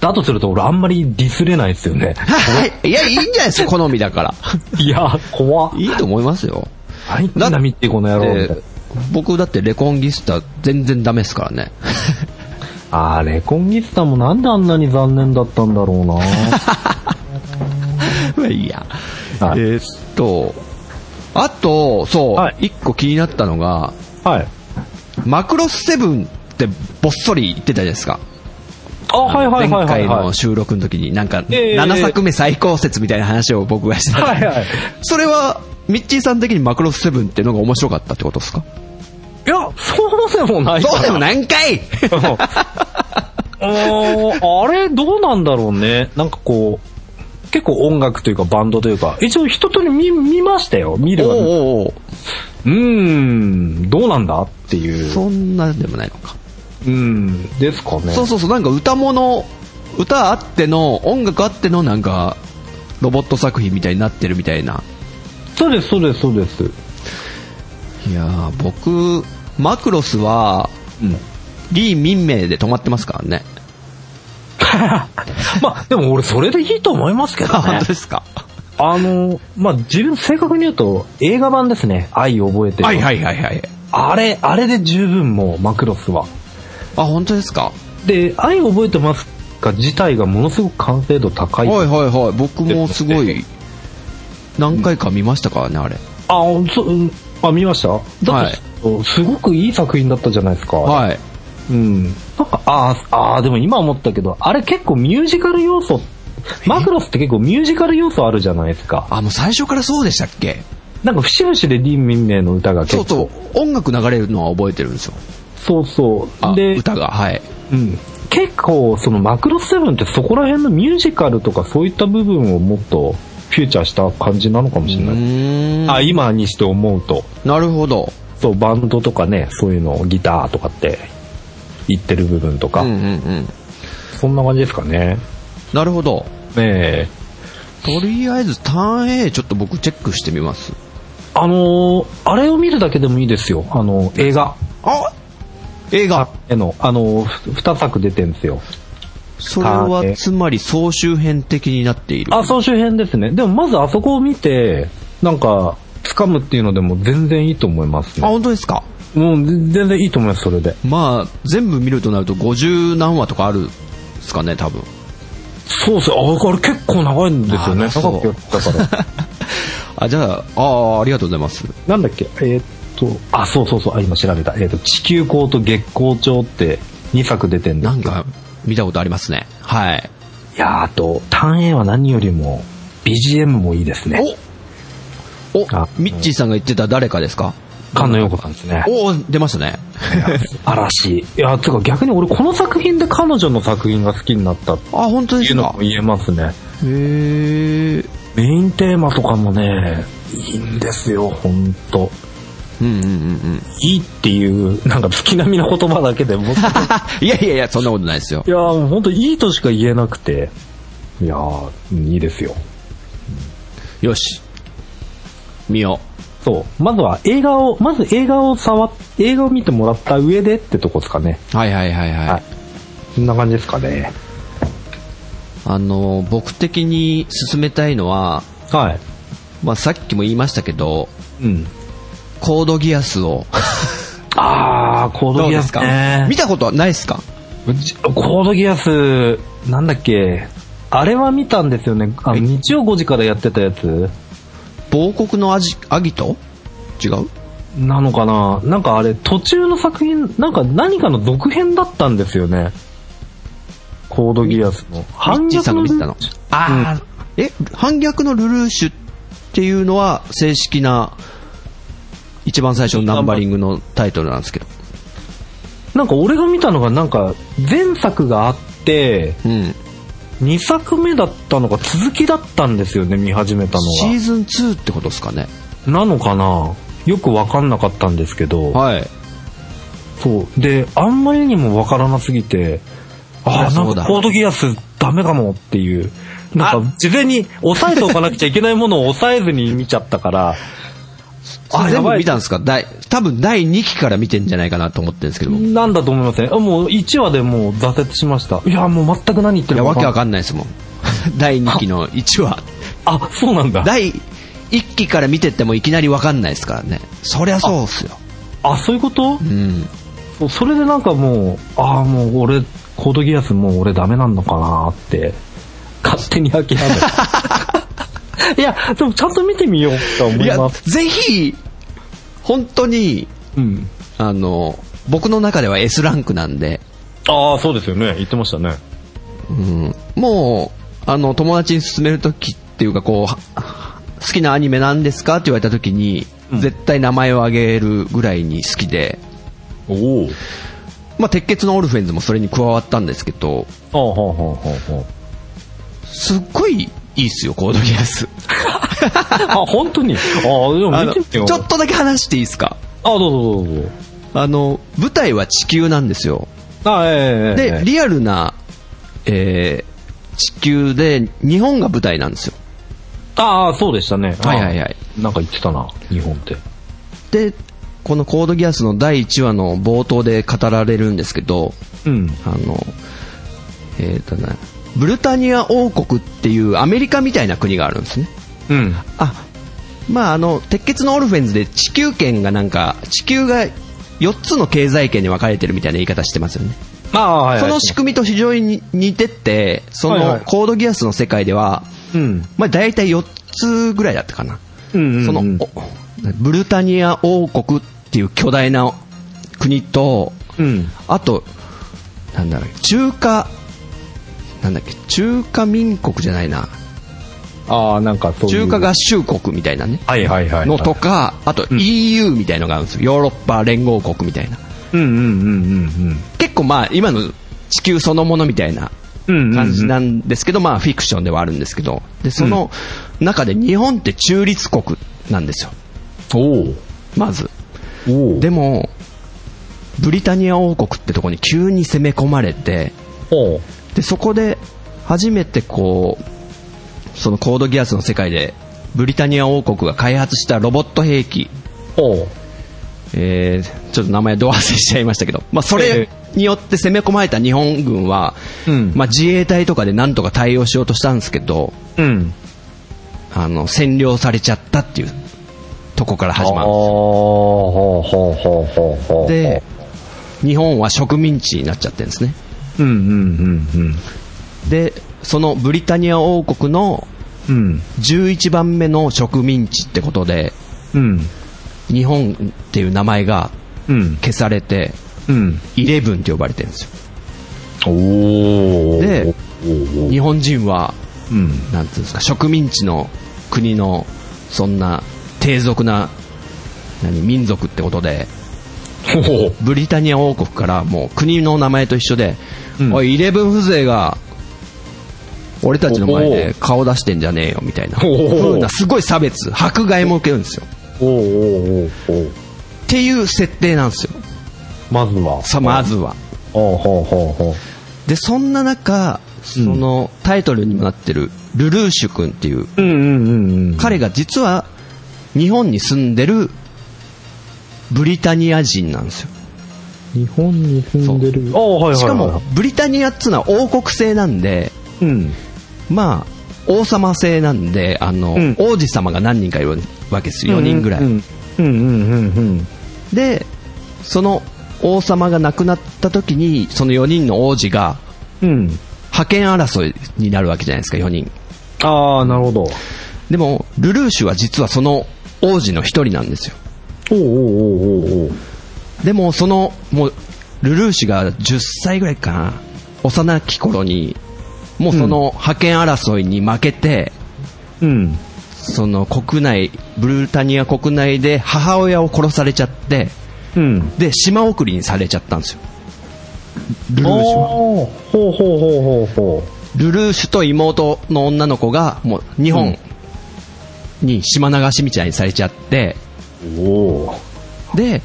だとすると俺あんまりディスれないですよ ね。
はい、いや、いいんじゃないですか、 好みだから。
いや、怖っ。
いいと思いますよ。
何言ってんだ、ミッティこの野郎みたい
で
な。
僕だってレコンギスタ全然ダメですからね。
あーレコンギスタもなんであんなに残念だったんだろう な
まあいいや。
はい
えーっと、あと、そう、一、
はい
個気になったのが、
はい。
マクロスセブンってぼっそり言ってたじゃないですか。
あ、はいはいはいは
前
い、
回
は
の
い。
収録の時になんか、
ええ
7作目最高説みたいな話を僕がしてた。
はいはい。
それは、ミッチーさん的にマクロスセブンってのが面白かったってことですか
いや、そうでもない
そうでも
い。
ないんかい
うーんあれ、どうなんだろうね。なんかこう、結構音楽というかバンドというか、一応一通り見、見ましたよ。見
お
る
う
わう
おうおう
ーん、どうなんだっていう。
そんなでもないのか。
うん、ですかね。
そうそうそう、なんか歌物、歌あっての、音楽あってのなんか、ロボット作品みたいになってるみたいな。
そうです、そうです、そうです。
いやー、僕、マクロスは、
うん。
リー・ミンメイで止まってますからね。
まあ、でも俺それでいいと思います けど
あ、本
ね
当。ですか。
あの、まあ、自分正確に言うと映画版ですね。愛を覚えてる。
はいはいはい。
あれ、あれで十分もうマクロスは。
あ、本当ですか。
で、愛を覚えてますか自体がものすごく完成度高い。
はいはいはい。僕もすごい、何回か見ましたからね、あれ。
あ、そううん、あ、見ましただって、
はい
すごくいい作品だったじゃないですか。
はい。
うん。なんか、あーあー、でも今思ったけど、あれ結構ミュージカル要素、マクロスって結構ミュージカル要素あるじゃないですか。
あ、もう最初からそうでしたっけ
なんか節々でリン・ミンネの歌が結
そう
構。
そう。音楽流れるのは覚えてるんですよ。
そうそう
あ
で、
歌が。はい。
うん、結構、そのマクロスセブンってそこら辺のミュージカルとかそういった部分をもっとフューチャーした感じなのかもしれ
う
ない。
ーん。
あ、今にして思うと。
なるほど。
そう、バンドとかね、そういうの、ギターとかって、言ってる部分とか、
うんうんうん。
そんな感じですかね。
なるほど。
ねえ。
とりあえずターン A ちょっと僕チェックしてみます。
あのーあれを見るだけでもいいですよ。あの、映画。
あ映画。
への、あのー、ふ二作出てんですよ。
それ
ターン
は
A
つまり総集編的になっている。
あ、総集編ですね。でもまずあそこを見て、なんか、掴むっていうのでも全然いいと思います
あ、
ね。
本当ですか
もう全然いいと思います、それで。
まあ、全部見るとなると50何話とかあるですかね、多分。
そうそう、あ、あれ結構長いんですよね。
あそう
長くやったから。
あ、じゃあ、あーありがとうございます。
なんだっけ、えーっと、あ、そうそうそう、あ、今調べた。えーっと、地球光と月光町って2作出てんで
な
す
ん
けど
か、見たことありますね。はい。
いやーあと、単影は何よりも、BGM もいいですね。
おお
あ
ミッチーさんが言ってた誰かですか
菅野陽子さんですね。
おお出ましたね。
嵐。いや、つうか逆に俺この作品で彼女の作品が好きになったっ
あ、本当で
ていう
す
のも
か
言えますね。
へー。
メインテーマとかもね、いいんですよ、ほんと。
うんうんうん うん。
いいっていう、なんか月並みの言葉だけで もっと、い
いやいやいや、そんなことないですよ。
やー、ほんといいとしか言えなくて。いやー、いいですよ。
よし。見よ
そう。まずは映画を、まず映画を触っ、映画を見てもらった上でってとこですかね。
う。はいはいはいはい。
はいそんな感じですかね。
あの、僕的に進めたいのは、
はい。
まあさっきも言いましたけど、
うん。
コードギアスを。
あー、コードギアスね。
見たことはないですか
うちコードギアス、なんだっけ。あれは見たんですよね。あの、
え
日曜5時からやってたやつ
亡国のアジアギト違う
なのかななんかあれ、途中の作品、なんか何かの続編だったんですよね。コードギアスの。
ミッチーさんが見てたの
反逆。
ああ、え、反逆のルルーシュっていうのは正式な、一番最初のナンバリングのタイトルなんですけど。
なんか俺が見たのがなんか、前作があって、
うん。
2作目だったのが続きだったんですよね、見始めたの
シーズン2ってことですかね。
が。なのかなよくわかんなかったんですけど。
はい。
そう。で、あんまりにもわからなすぎて、ああ、
そりゃ
な
そうんだ
かコードギアスダメかもっていう。なんか、事前に押さえておかなくちゃいけないものを押さえずに見ちゃった から、
あ、
や
全
ば
部
い
見たんですか第、多分第2期から見てんじゃないかなと思ってるんですけど。い
なんだと思いますね。あもう1話でもう挫折しました。いや、もう全く何言ってる
や、わ
かわ
け
か
わ
んない。
かんないですもん。 第2期の1話。
あ、そうなんだ。
第1期から見てってもいきなりわかんないですからね。そりゃそうっすよ。
あ、そういうこと
うん。
そうそれでなんかもう、ああ、もう俺、コードギアスもう俺ダメなんのかなって、勝手に諦めた。いや、でもちゃんと見てみようと思
い
い
や
ま、す。
ぜひ、本当に、
うん。
あの、僕の中では S ランクなんで、
ああ、そうですよね。言ってましたね。
うん、もう、あの、友達に勧めるときっていうか、こうは、好きなアニメなんですかって言われたときに、
うん
絶対名前を挙げるぐらいに好きで、
おお。
まあ、鉄血のオルフェンズもそれに加わったんですけど、
ああ、ほうほうほうほう。
すっごいいいっすよ、コードギアス。
あ、本当にああ、で
あ
も見
の
て
ち
みよ
ょ
う。
っとだけ話していいですか
あどうぞどうぞどうぞ。
あの、舞台は地球なんですよ。
あえええええ
で、
え
リアルな、えー地球で、日本が舞台なんですよ。
ああ、そうでしたね。
はいはいはい
ああ。なんか言ってたな、日本って。
で、このコードギアスの第1話の冒頭で語られるんですけど、
うん。
あの、えっ、とね、ブルタニア王国っていうアメリカみたいな国があるんですね。
うん。
あ、まああの、鉄血のオルフェンズで地球圏がなんか、地球が4つの経済圏に分かれてるみたいな言い方してますよね。
ああ、はい、はい。
その仕組みと非常に似てて、そ
はいは
の
い
コードギアスの世界では、
うん。
まあ大体4つぐらいだったかな。
うん、うん。
その、
うん
おブルタニア王国っていう巨大な国と、
うん。
あと、なんだろう、中華、なんだっけ、中華民国じゃないな、
ああ、なんかそういう。
中華合衆国みたいなね、
はいはいはい。
のと。か、あと
ん
EU みたいのがあるんですよ。ヨーロッパ連合国みたいな。
うんうんうんうん
結構まあ、今の地球そのものみたいな
うん。うんうん、うん。
感じなんですけど、まあ、フィクションではあるんですけど、で、その中で日本って中立国なんですよ。
おう
まず。
おう
でも、ブリタニア王国ってとこに急に攻め込まれて、
おう
でそこで初めてこうそのコードギアスの世界でブリタニア王国が開発したロボット兵器、
おう
えーちょっと名前ど忘れしちゃいましたけど、まあ、そ
え
れによって攻め込まれた日本軍は、
うん
まあ、自衛隊とかでなんとか対応しようとしたんですけど
うん。
あの占領されちゃったっていうとこから始まるんで
ほうほうほうほうほう。
すで、日本は植民地になっちゃってるんですね
うんうんうん
でそのブリタニア王国の
うん。うん。
11番目の植民地ってことで
うん。
日本っていう名前が
うん。
消されて、
うん。
イレブンって呼ばれてるんですよ。
おー。
で
おー、
日本人は、
うん。
なんていうんですか、植民地の国の、そんな、低俗な、何、民族ってことで、
ほう。
ブリタニア王国からもう国の名前と一緒で、
うん
おい、イレブン風情が、俺たちの前で顔出してんじゃねえよ、みたいな。
おお
風な、すごい差別、迫害も受けるんですよ。
おーおーおーおー。
っていう設定なんですよ。
まずは。
さ、まずは。
ほうほうほうほう。
で、そんな中、その、タイトルにもなってる、ルルーシュ君っていう、
うんうんうんうん。
彼が実は日本に住んでるブリタニア人なんですよ
日本に住んでる。ああ、はいはいはい。
しかも、ブリタニアっつうのは王国制なんで
うん。
まあ王様制なんであの、
うん
王子様が何人かいるわけですよ4人ぐらい、
うんうんうんうん
でその王様が亡くなった時にその4人の王子が
うん。うん。
覇権争いになるわけじゃないですか4人
ああ、なるほど。
でもルルーシュは実はその王子の1人なんですよ
おうおうおうおうおう。
でもそのもうルルーシュが10歳ぐらいかな幼き頃にもうその覇権争いに負けて、
うん。
その国内ブルタニア国内で母親を殺されちゃって
うん。
で島送りにされちゃったんですよルルーシュは
おーほうほうほうほうほ
ルルーシュと妹の女の子がもう日本に島流しみたいにされちゃって
う。おお。
で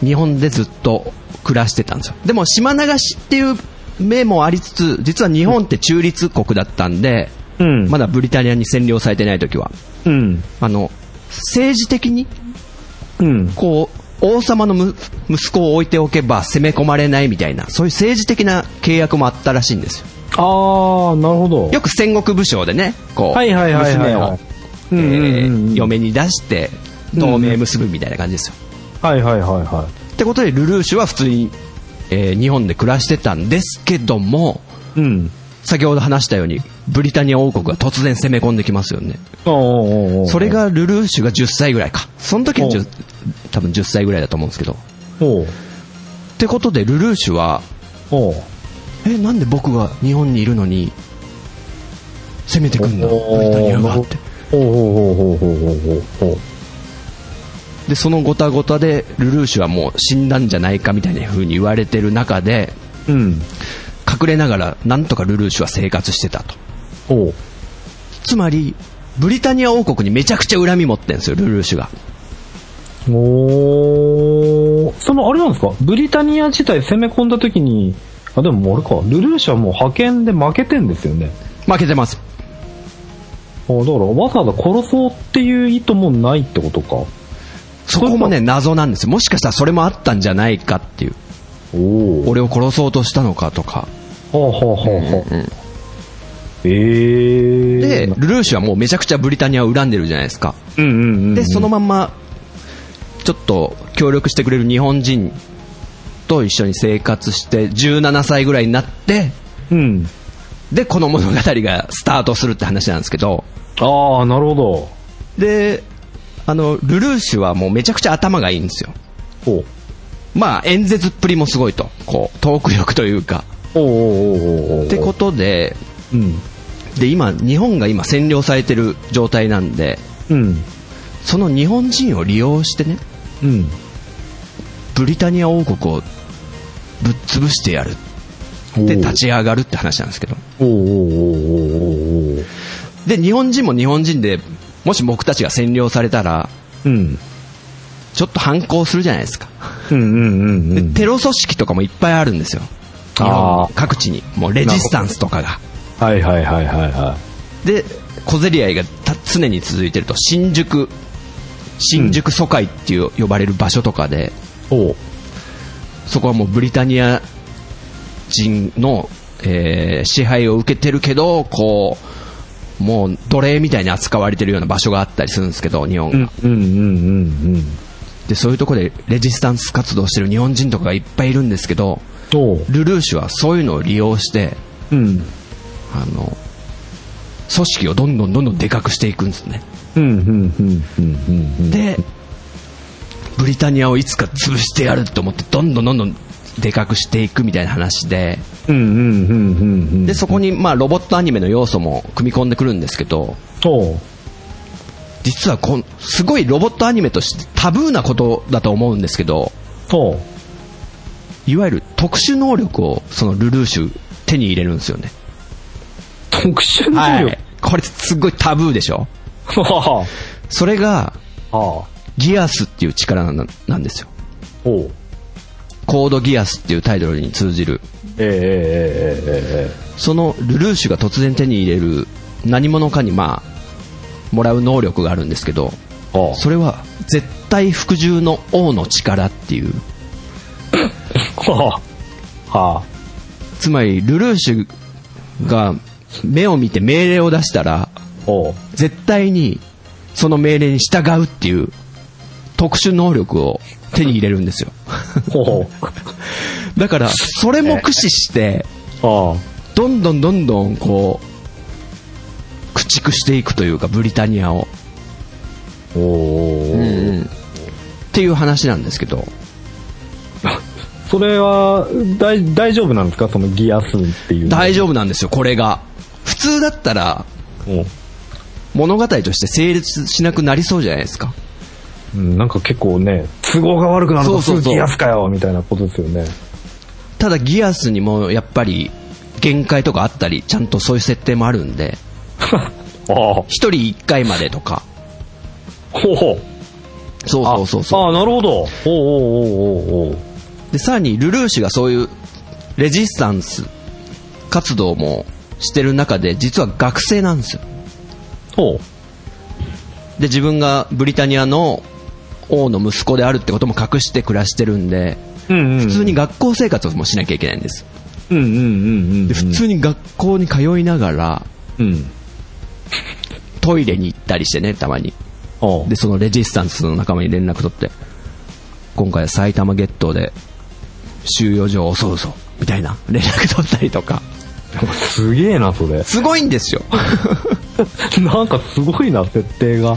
日本でずっと暮らしてたんですよでも島流しっていう目もありつつ実は日本って中立国だったんで、
うん。
まだブリタニアに占領されてない時は
うん。
あの政治的に
うん。
こう王様のむ息子を置いておけば攻め込まれないみたいなそういう政治的な契約もあったらしいんですよ
ああ、なるほど。
よく戦国武将でねこう、
はいはいはいはい
娘
は
を
い、
え
うんうん
ー
うんうん
嫁に出して同盟結ぶみたいな感じですよ、
はいはいはいは
ってことでルルーシュは普通に、えー日本で暮らしてたんですけども
い。うん。
先ほど話したようにブリタニア王国が突然攻め込んできますよね
おーおーおー
それ。がルルーシュが10歳ぐらいかその時は
おう
10多分10歳ぐらいだと思うんですけどっ
おう
てことでルルーシュは
おう
えなんで僕が日本にいるのに攻めてくんだブリタニアがって
おうおうおうおうおうおうおう
でそのごたごたでルルーシュはもう死んだんじゃないかみたいな風に言われてる中で
うん。
隠れながらなんとかルルーシュは生活してたと
おう
つまり、ブリタニア王国にめちゃくちゃ恨み持ってんですよ、ルルーシュが。
おーその、あれなんですかブリタニア自体攻め込んだ時に、あ、でもあれか、ルルーシャはもう派遣で負けてんですよね。
負けてます。
あだからわざわざ殺そうっていう意図もないってことか。
そこもね、謎なんですよ。もしかしたらそれもあったんじゃないかっていう。
おお
俺を殺そうとしたのかとか。
はあはあはあはあ。えー。
で、ルルーシュはもうめちゃくちゃブリタニアを恨んでるじゃないですか。
うんうんうん。
で、そのまんま、ちょっと協力してくれる日本人と一緒に生活して、17歳ぐらいになって、
うん。
で、この物語がスタートするって話なんですけど、
ああ、なるほど。
で、あの、ルルーシュはもうめちゃくちゃ頭がいいんですよ。
お
まあ、演説っぷりもすごいと。こう、トーク力というか。
おおうおうおうおうおう
ってことで、
うん。
で、今、日本が今占領されてる状態なんで、
うん。
その日本人を利用してね、
うん。
ブリタニア王国をぶっ潰してやるって立ち上がるって話なんですけど。
おうおうおうおうおうおう
で、日本人も日本人で、もし僕たちが占領されたら、
うん。
ちょっと反抗するじゃないですか。
うんうんうんう
で
ん。
テロ組織とかもいっぱいあるんですよ。日
あ
本
ー
各地に。もうレジスタンスとかが。
はいはいはいはいは
で、小競り合いがた常に続いてると、新宿、新宿疎開っていう呼ばれる場所とかで、
い。おう。
そこはもうブリタニア人の、えー支配を受けてるけど、こう、もう奴隷みたいに扱われてるような場所があったりするんですけど、日本が。
うんうんうんうん。
で、そういうとこでレジスタンス活動してる日本人とかがいっぱいいるんですけど、
おう。
ルルーシュはそういうのを利用して、
うん。
あの、組織をどんどんどんどんでかくしていくんですね。
うんうんうんうんうんうん。
で、ブリタニアをいつか潰してやると思って、どんどんどんどんでかくしていくみたいな話で、
うんうんうんうんうん。
で、そこに、まあ、ロボットアニメの要素も組み込んでくるんですけど、
おう。
実はこん、すごいロボットアニメとしてタブーなことだと思うんですけど、
おう。
いわゆる特殊能力を、そのルルーシュ、手に入れるんですよね。
特殊
は
能
い
力。。
これすっごいタブーでしょ
は
それが、
あ。はあ。
ギアスっていう力ななんですよ。
おう。
コードギアスっていうタイトルに通じる。
えええええええ
そのルルーシュが突然手に入れる何者かにまあ、もらう能力があるんですけど、
えおう。
それは絶対服従の王の力っていう。
はあ。はあ。
つまり、ルルーシュが目を見て命令を出したら、
おう。
絶対にその命令に従うっていう特殊能力を手に入れるんですよ。
おう。
だから、それも駆使して、
はあ。
どんどんどんどんこう、駆逐していくというか、ブリタニアを。
おお、
っていう話なんですけど、
それは大大丈夫なんですかそのギア数っていうの
大丈夫なんですよ、これが。普通だったら、
うん
物語として成立しなくなりそうじゃないですか。
うんなんか結構ね都合が悪くなる
そう
と
そうそう
すぐギアスかよみたいなことですよね
ただ、ギアスにもやっぱり、限界とかあったり、ちゃんとそういう設定もあるんで、
ああ
一人一回までとか。
ほうほう
そうそうそうそう。
ああなるほどおうおうおうおうおう
で、さらに、ルルーシュがそういう、レジスタンス活動もしてる中で、実は学生なんですよ。
ほう
で、自分がブリタニアの王の息子であるってことも隠して暮らしてるんで、
うんう
普
ん
通に学校生活もしなきゃいけないんです。
うんうんうんうん
で、普通に学校に通いながら、
うん
トイレに行ったりしてね、たまに。
おう
で、そのレジスタンスの仲間に連絡取って、今回は埼玉ゲットで収容所を襲うぞ、みたいな連絡取ったりとか。
すげえなそれ
すごいんですよ。
なんかすごいな設定が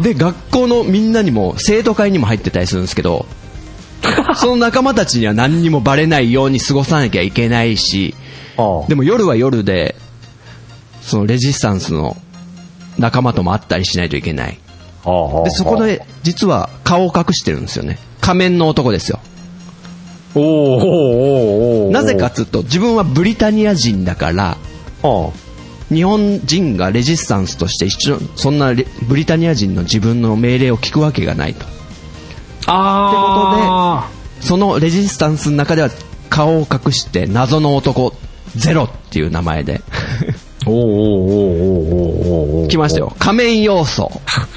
で、学校のみんなにも、生徒会にも入ってたりするんですけど、その仲間たちには何にもバレないように過ごさなきゃいけないし、
ああ
でも夜は夜で、そのレジスタンスの仲間とも会ったりしないといけない。
ああああ
で、そこで、実は顔を隠してるんですよね。仮面の男ですよ。
おうおうおうおう
なぜかっつうと、自分はブリタニア人だから、
ああ
日本人がレジスタンスとして一緒、そんなレブリタニア人の自分の命令を聞くわけがないと。
あ
そのレジスタンスの中では顔を隠して謎の男ゼロっていう名前 で
ってことで、おうおうおうおうおうおうおう
来ましたよ。仮面要素、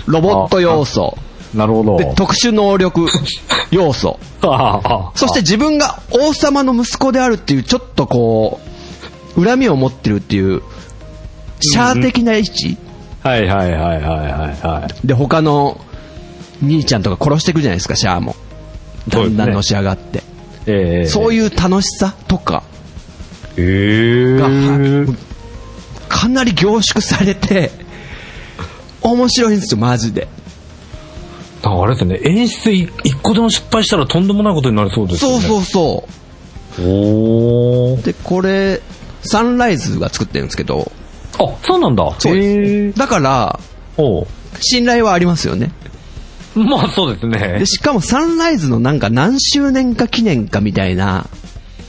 ロボット要素、
なるほど。
で特殊能力要素、
ああ
そして自分が王様の息子であるっていうちょっとこう、恨みを持ってるっていう、シャア的な位置
あはいはいはいはいはいは
で他の兄ちゃんとか殺していくじゃないですか、シャアも。だんだんのし上がって。
い。ええ
そういう楽しさとか、
ええ
がかなり凝縮されて、面白いんですよ、マジで。
だからあれですね、演出い一個でも失敗したらとんでもないことになりそうです
そ
よ
う
ね。
そうそう。
う。おー
で、これ、サンライズが作ってるんですけど、
あ、そうなんだ。
そうです
ええ
だから、
おう
信頼はありますよね。
まあそうですね
で、。しかもサンライズのなんか何周年か記念かみたいな、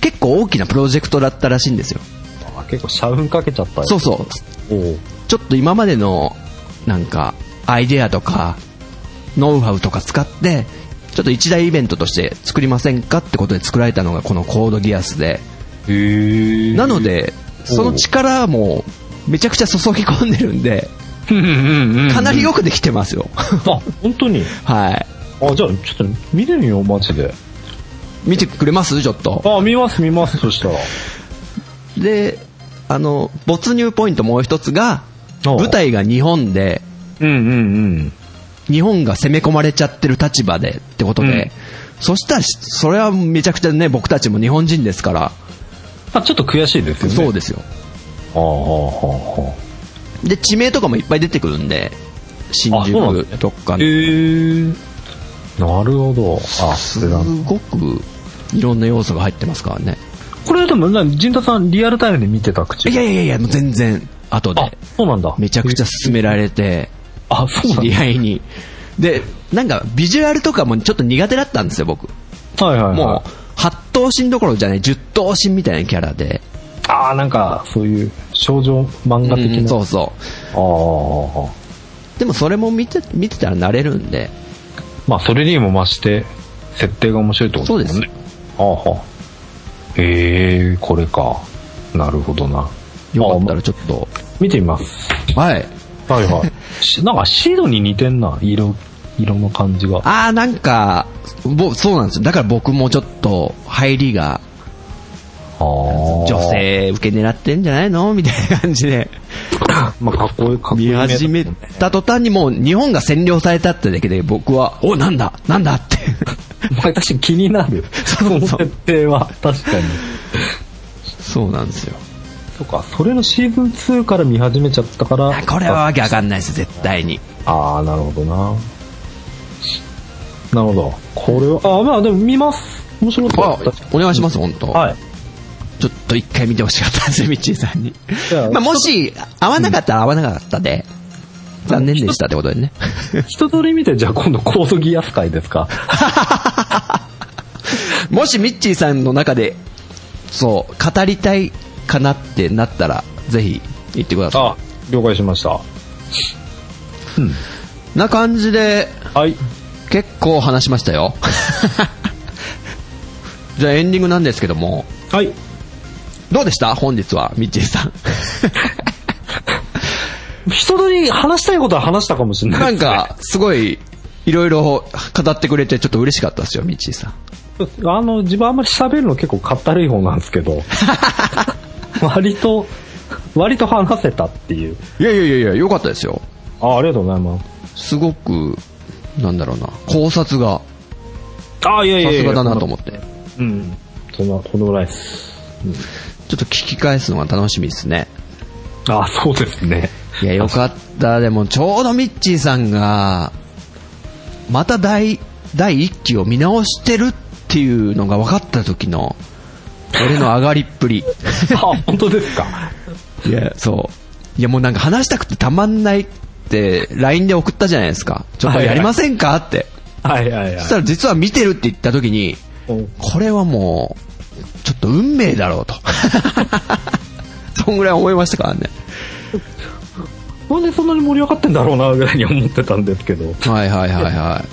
結構大きなプロジェクトだったらしいんですよ。
あ結構社運かけちゃったよ
そうそう。
おう
ちょっと今までの、なんか、アイデアとか、ノウハウとか使って、ちょっと一大イベントとして作りませんかってことで作られたのがこのコードギアスで、
へ
なの、で、その力もめちゃくちゃ注ぎ込んでるんで、
うんうんうん
かなりよくできてますよ。
あ、本当に。
はい。
あ、じゃあ、ちょっと見てみよう、マジで。
見てくれますちょっと。
あ、見ます、見ます、そしたら。
で、あの、没入ポイントもう一つが、
おう
舞台が日本で、
うんうん
日本が攻め込まれちゃってる立場でってことで、
うん
そしたら、それはめちゃくちゃね、僕たちも日本人ですから、
あ、ちょっと悔しいですよね。
そう
で
ですよ。
す。はあはあは
で、地名とかもいっぱい出てくるんで、新
あそうなんで
宿
すね
とか
あ。
ね、
へえ。なるほど。あ、そ
す
れなんだ
ごくいろんな要素が入ってますからね。
これでも、な陣田さん、リアルタイムで見てた口。
いやいやいや、もう全然、後
あ
で、、
そうなんだ。
めちゃくちゃ勧められて、
あ、そう
知
なん
り
だ。
合いに。で、なんか、ビジュアルとかもちょっと苦手だったんですよ、僕。
はいはいはい。
もう、8頭身どころじゃない、10頭身みたいなキャラで。
ああ、なんか、そういう少女漫画的
うん
な。
そ
あ
うそ
あああああ。
う。でもそれも見て、見てたら慣れるんで。
まあ、それにも増して、設定が面白いってことですもんね。あああ。へえ、これか。なるほどな。
よかった
あ
らちょっと。
見てみます。
はい。
はいはい。 しなんか、シードに似てんな、色、色の感じが。
あーなんか、ぼ、そうなんですよ。だから僕もちょっと、入りが、女
女。
性受け狙ってんじゃないのみたいな感じで。
まあ、かっこいい、かっこいい
見
ね。
始めた途端にもう日本が占領されたってだけで僕は、お、なんだなんだって。
私気になる。そ
そう
の設定は、確かに。
そうなんですよ。
そうか、それのシーズン2から見始めちゃったから。
これはわけわかんないです、絶対に。
ああ、なるほどな。なるほど。これは、ああ、まあでも見ます。面白そ
あ
う。確か、
お願いします、本当
にはい。
ちょっと一回見てほしかったです、ミッチーさんに
いや。
まあ、もし、合わなかったら合わなかったで、残念でしたってことでね。
一通り見て、じゃあ今度高速ギアス会ですか。
もしミッチーさんの中で、そう、語りたいかなってなったら、ぜひ、言ってくださ
あ、了解しました。
い。な感じで、
はい。
結構話しました よ。じゃあエンディングなんですけども、
はい。
どうでした本日は、ミッチーさ ん。
人通り話したいことは話したかもしれない。
なんか、すごい、いろいろ語ってくれてちょっと嬉しかったですよ、ミッチーさん。
あの、自分あんまり喋るの結構かったるい方なんです けど、割と、割と話せたっていう。
いやいやいやいや、よかったですよ。
あ、ありがとうございます。
すごく、なんだろうな、考察が、
あ、いやい
さ
やいや。
すがだなと思って。
う。うん。そんな、とんでもないです。
ちょっと聞き返すのが楽しみですね。
あ、そうで すね。
いや、よかった。でも、ちょうどミッチーさんが、また第、第一期を見直してるっていうのが分かった時の、俺の上がりっぷり。
あ、本当ですか。
いや、そう。いや、もうなんか話したくてたまんないって、LINE で送ったじゃないですか。ちょっとやりませんかって。
はいはいは
そしたら実は見てるって言った時に、
い。
これはもう、ちょっと運命だろうと。 そんぐらい思いましたからね。
なんでそんなに盛り上がってんだろうな、ぐらいに思ってたんですけど。な
はいはいはいは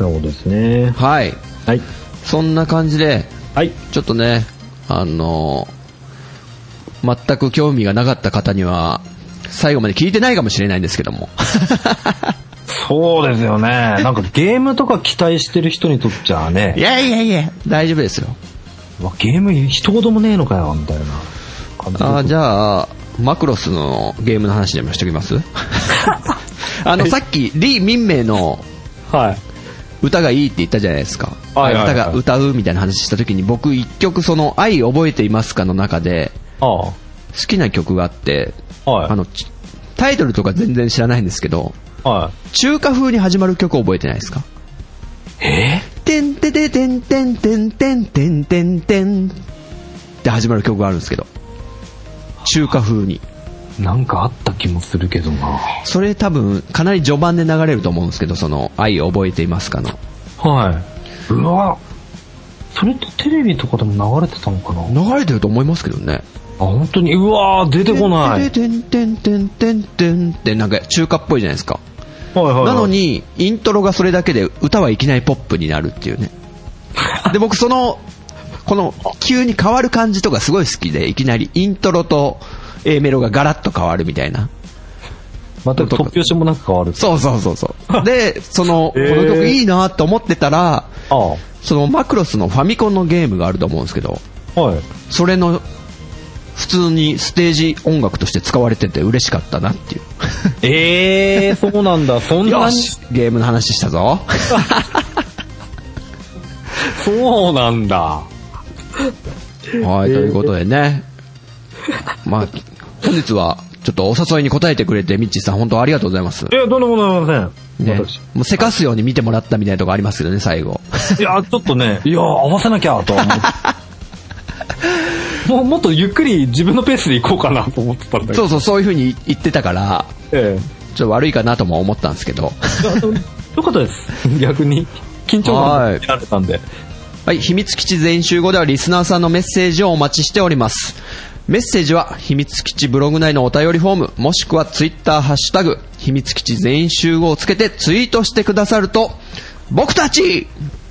るほどです
い。。
ね
はい。
はい。
そんな感じで、
はい。
ちょっとね、あのー全く興味がなかった方には、最後まで聞いてないかもしれないんですけども。
そうですよね。なんかゲームとか期待してる人にとっち ゃ
い
ね、
やいやいや、大丈夫ですよ。
うわゲーム一言もねえのかよ、みたいな感じで。
あーじゃあ、マクロスのゲームの話でもしとき ますあの、さっき、李民明の
はい。
歌がいいって言ったじゃないですか。
はいはいは
歌
い
が歌うみたいな話した時に僕一曲その愛覚えていますかの中で
あ
好きな曲があって、
あ。はい。
あの、ちタイトルとか全然知らないんですけど、
は
中華風に始まる曲覚えてないですか
い。え
てんてててんてんてんてんてんてんてんって始まる曲があるんですけど、中華風に。
なんかあった気もするけどな。
それ多分かなり序盤で流れると思うんですけど、その愛覚えていますかの。
はい。うわ。それってテレビとかでも流れてたのかなあ、
流れてると思いますけどね。
本当に。うわ出てこない。
てんてんてんてんてんてんてんってなんか中華っぽいじゃないですか。
はいはいはい
なのに、イントロがそれだけで歌はいきなりポップになるっていう ね。で、僕その、この急に変わる感じとかすごい好きで、いきなりイントロと A メロがガラッと変わるみたいな。
また突拍子もなく変わる。
そうそうそうそう。 で、その、こ
へー
の曲いいなと思ってたら、
あ
そのマクロスのファミコンのゲームがあると思うんですけど、
あ。はい。
それの、普通にステージ音楽として使われてて嬉しかったなっていう。
ええそうなん だ。そんな
よ
に、
しゲームの話した ぞ。
そうなんだ。
はい、ということでね。まあ、本日は、ちょっとお誘いに応えてくれて、ミッチーさん、本当ありがとうございます。
いや、どんなものもありません。
ね、
私。
もうせかすように見てもらったみたいなとこありますけどね、最後。
いや、ちょっとね、いや、合わせなきゃとは思 う。もうもっとゆっくり自分のペースで行こうかなと思ってたんだけ
そ
ど。
うそう、そういう風に言ってたから、
え
ちょっと悪いかなとも思ったんですけど。
えいやでもよかったです。 逆に。緊張感が得られたんで。
はい、秘密基地全員集合ではリスナーさんのメッセージをお待ちしております。メッセージは秘密基地ブログ内のお便りフォーム、もしくはツイッターハッシュタグ、秘密基地全員集合をつけてツイートしてくださると、僕たち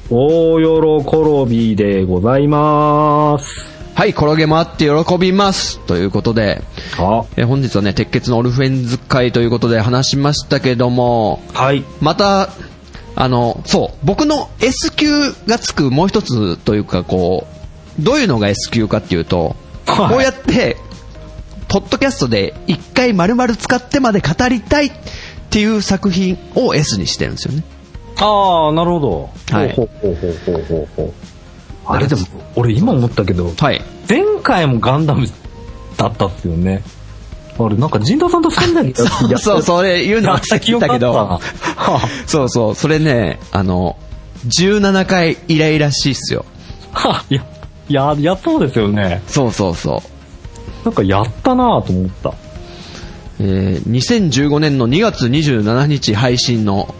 大喜びでございます。
はい、転げ回って喜びます。ということで、
あ、
えー本日はね、鉄血のオルフェンズ会ということで話しましたけども、
はい。
また、あの、そう、僕の S 級がつくもう一つというか、こう、どういうのが S 級かっていうと、
はい
こうやって、ポッドキャストで一回丸々使ってまで語りたいっていう作品を S にしてるんですよね。
ああ、なるほど。
はい
ほうほうほうほうほうほう。あれでも、俺今思ったけど、
はい。
前回もガンダムだったっすよね。あれ、なんか陣田さんと三代に やっ
そうそう、それ言うの
や
は
った記憶
だけ
あった
ど
な、
そうそう、それね、あの、17回以来らしいっすよ。
は や、や、やっそうですよね。
そうそうそう。
なんかやったなぁと思った。
えー2015年の2月27日配信の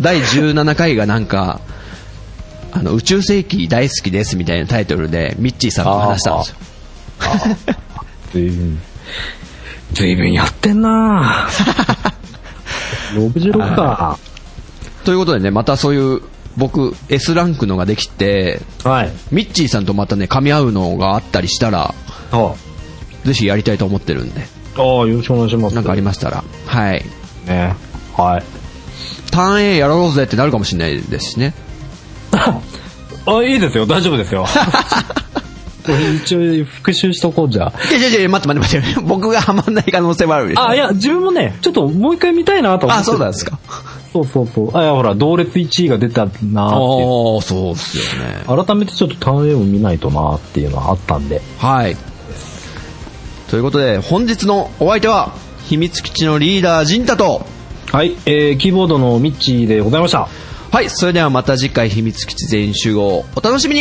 第17回がなんか、あの、宇宙世紀大好きですみたいなタイトルで、ミッチーさんと話したんですよ。
随分。随分やってん なぁ。66か。
ということでね、またそういう、僕、S ランクのができて、
はい。
ミッチーさんとまたね、噛み合うのがあったりしたら、
あ
ぜひやりたいと思ってるんで、
あ、よろしくお願いします。
なんかありましたら、はい。
すね。はい。
ターン A やろうぜってなるかもしれないですしね。
あ、いいですよ。大丈夫ですよ。これ一応復習しとこうじゃ
いやいやいや、待って待って待って、 僕がハマんない可能性もあるでしょ。
あ。あ、いや、自分もね、ちょっともう一回見たいなと思って。
あ、そうなんですか。。
そうそうそう。あ、いや、ほら、同列1位が出たなーって。
ああ、そうっすよね。
改めてちょっとターン A を見ないとなーっていうのはあったんで。
はい。ということで、本日のお相手は、秘密基地のリーダー、ジンタと、
はい、えー、キーボードのミッチーでございました。
はい、それではまた次回、秘密基地全員集合、お楽しみに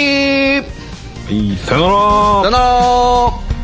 いい、さよなら
さよなら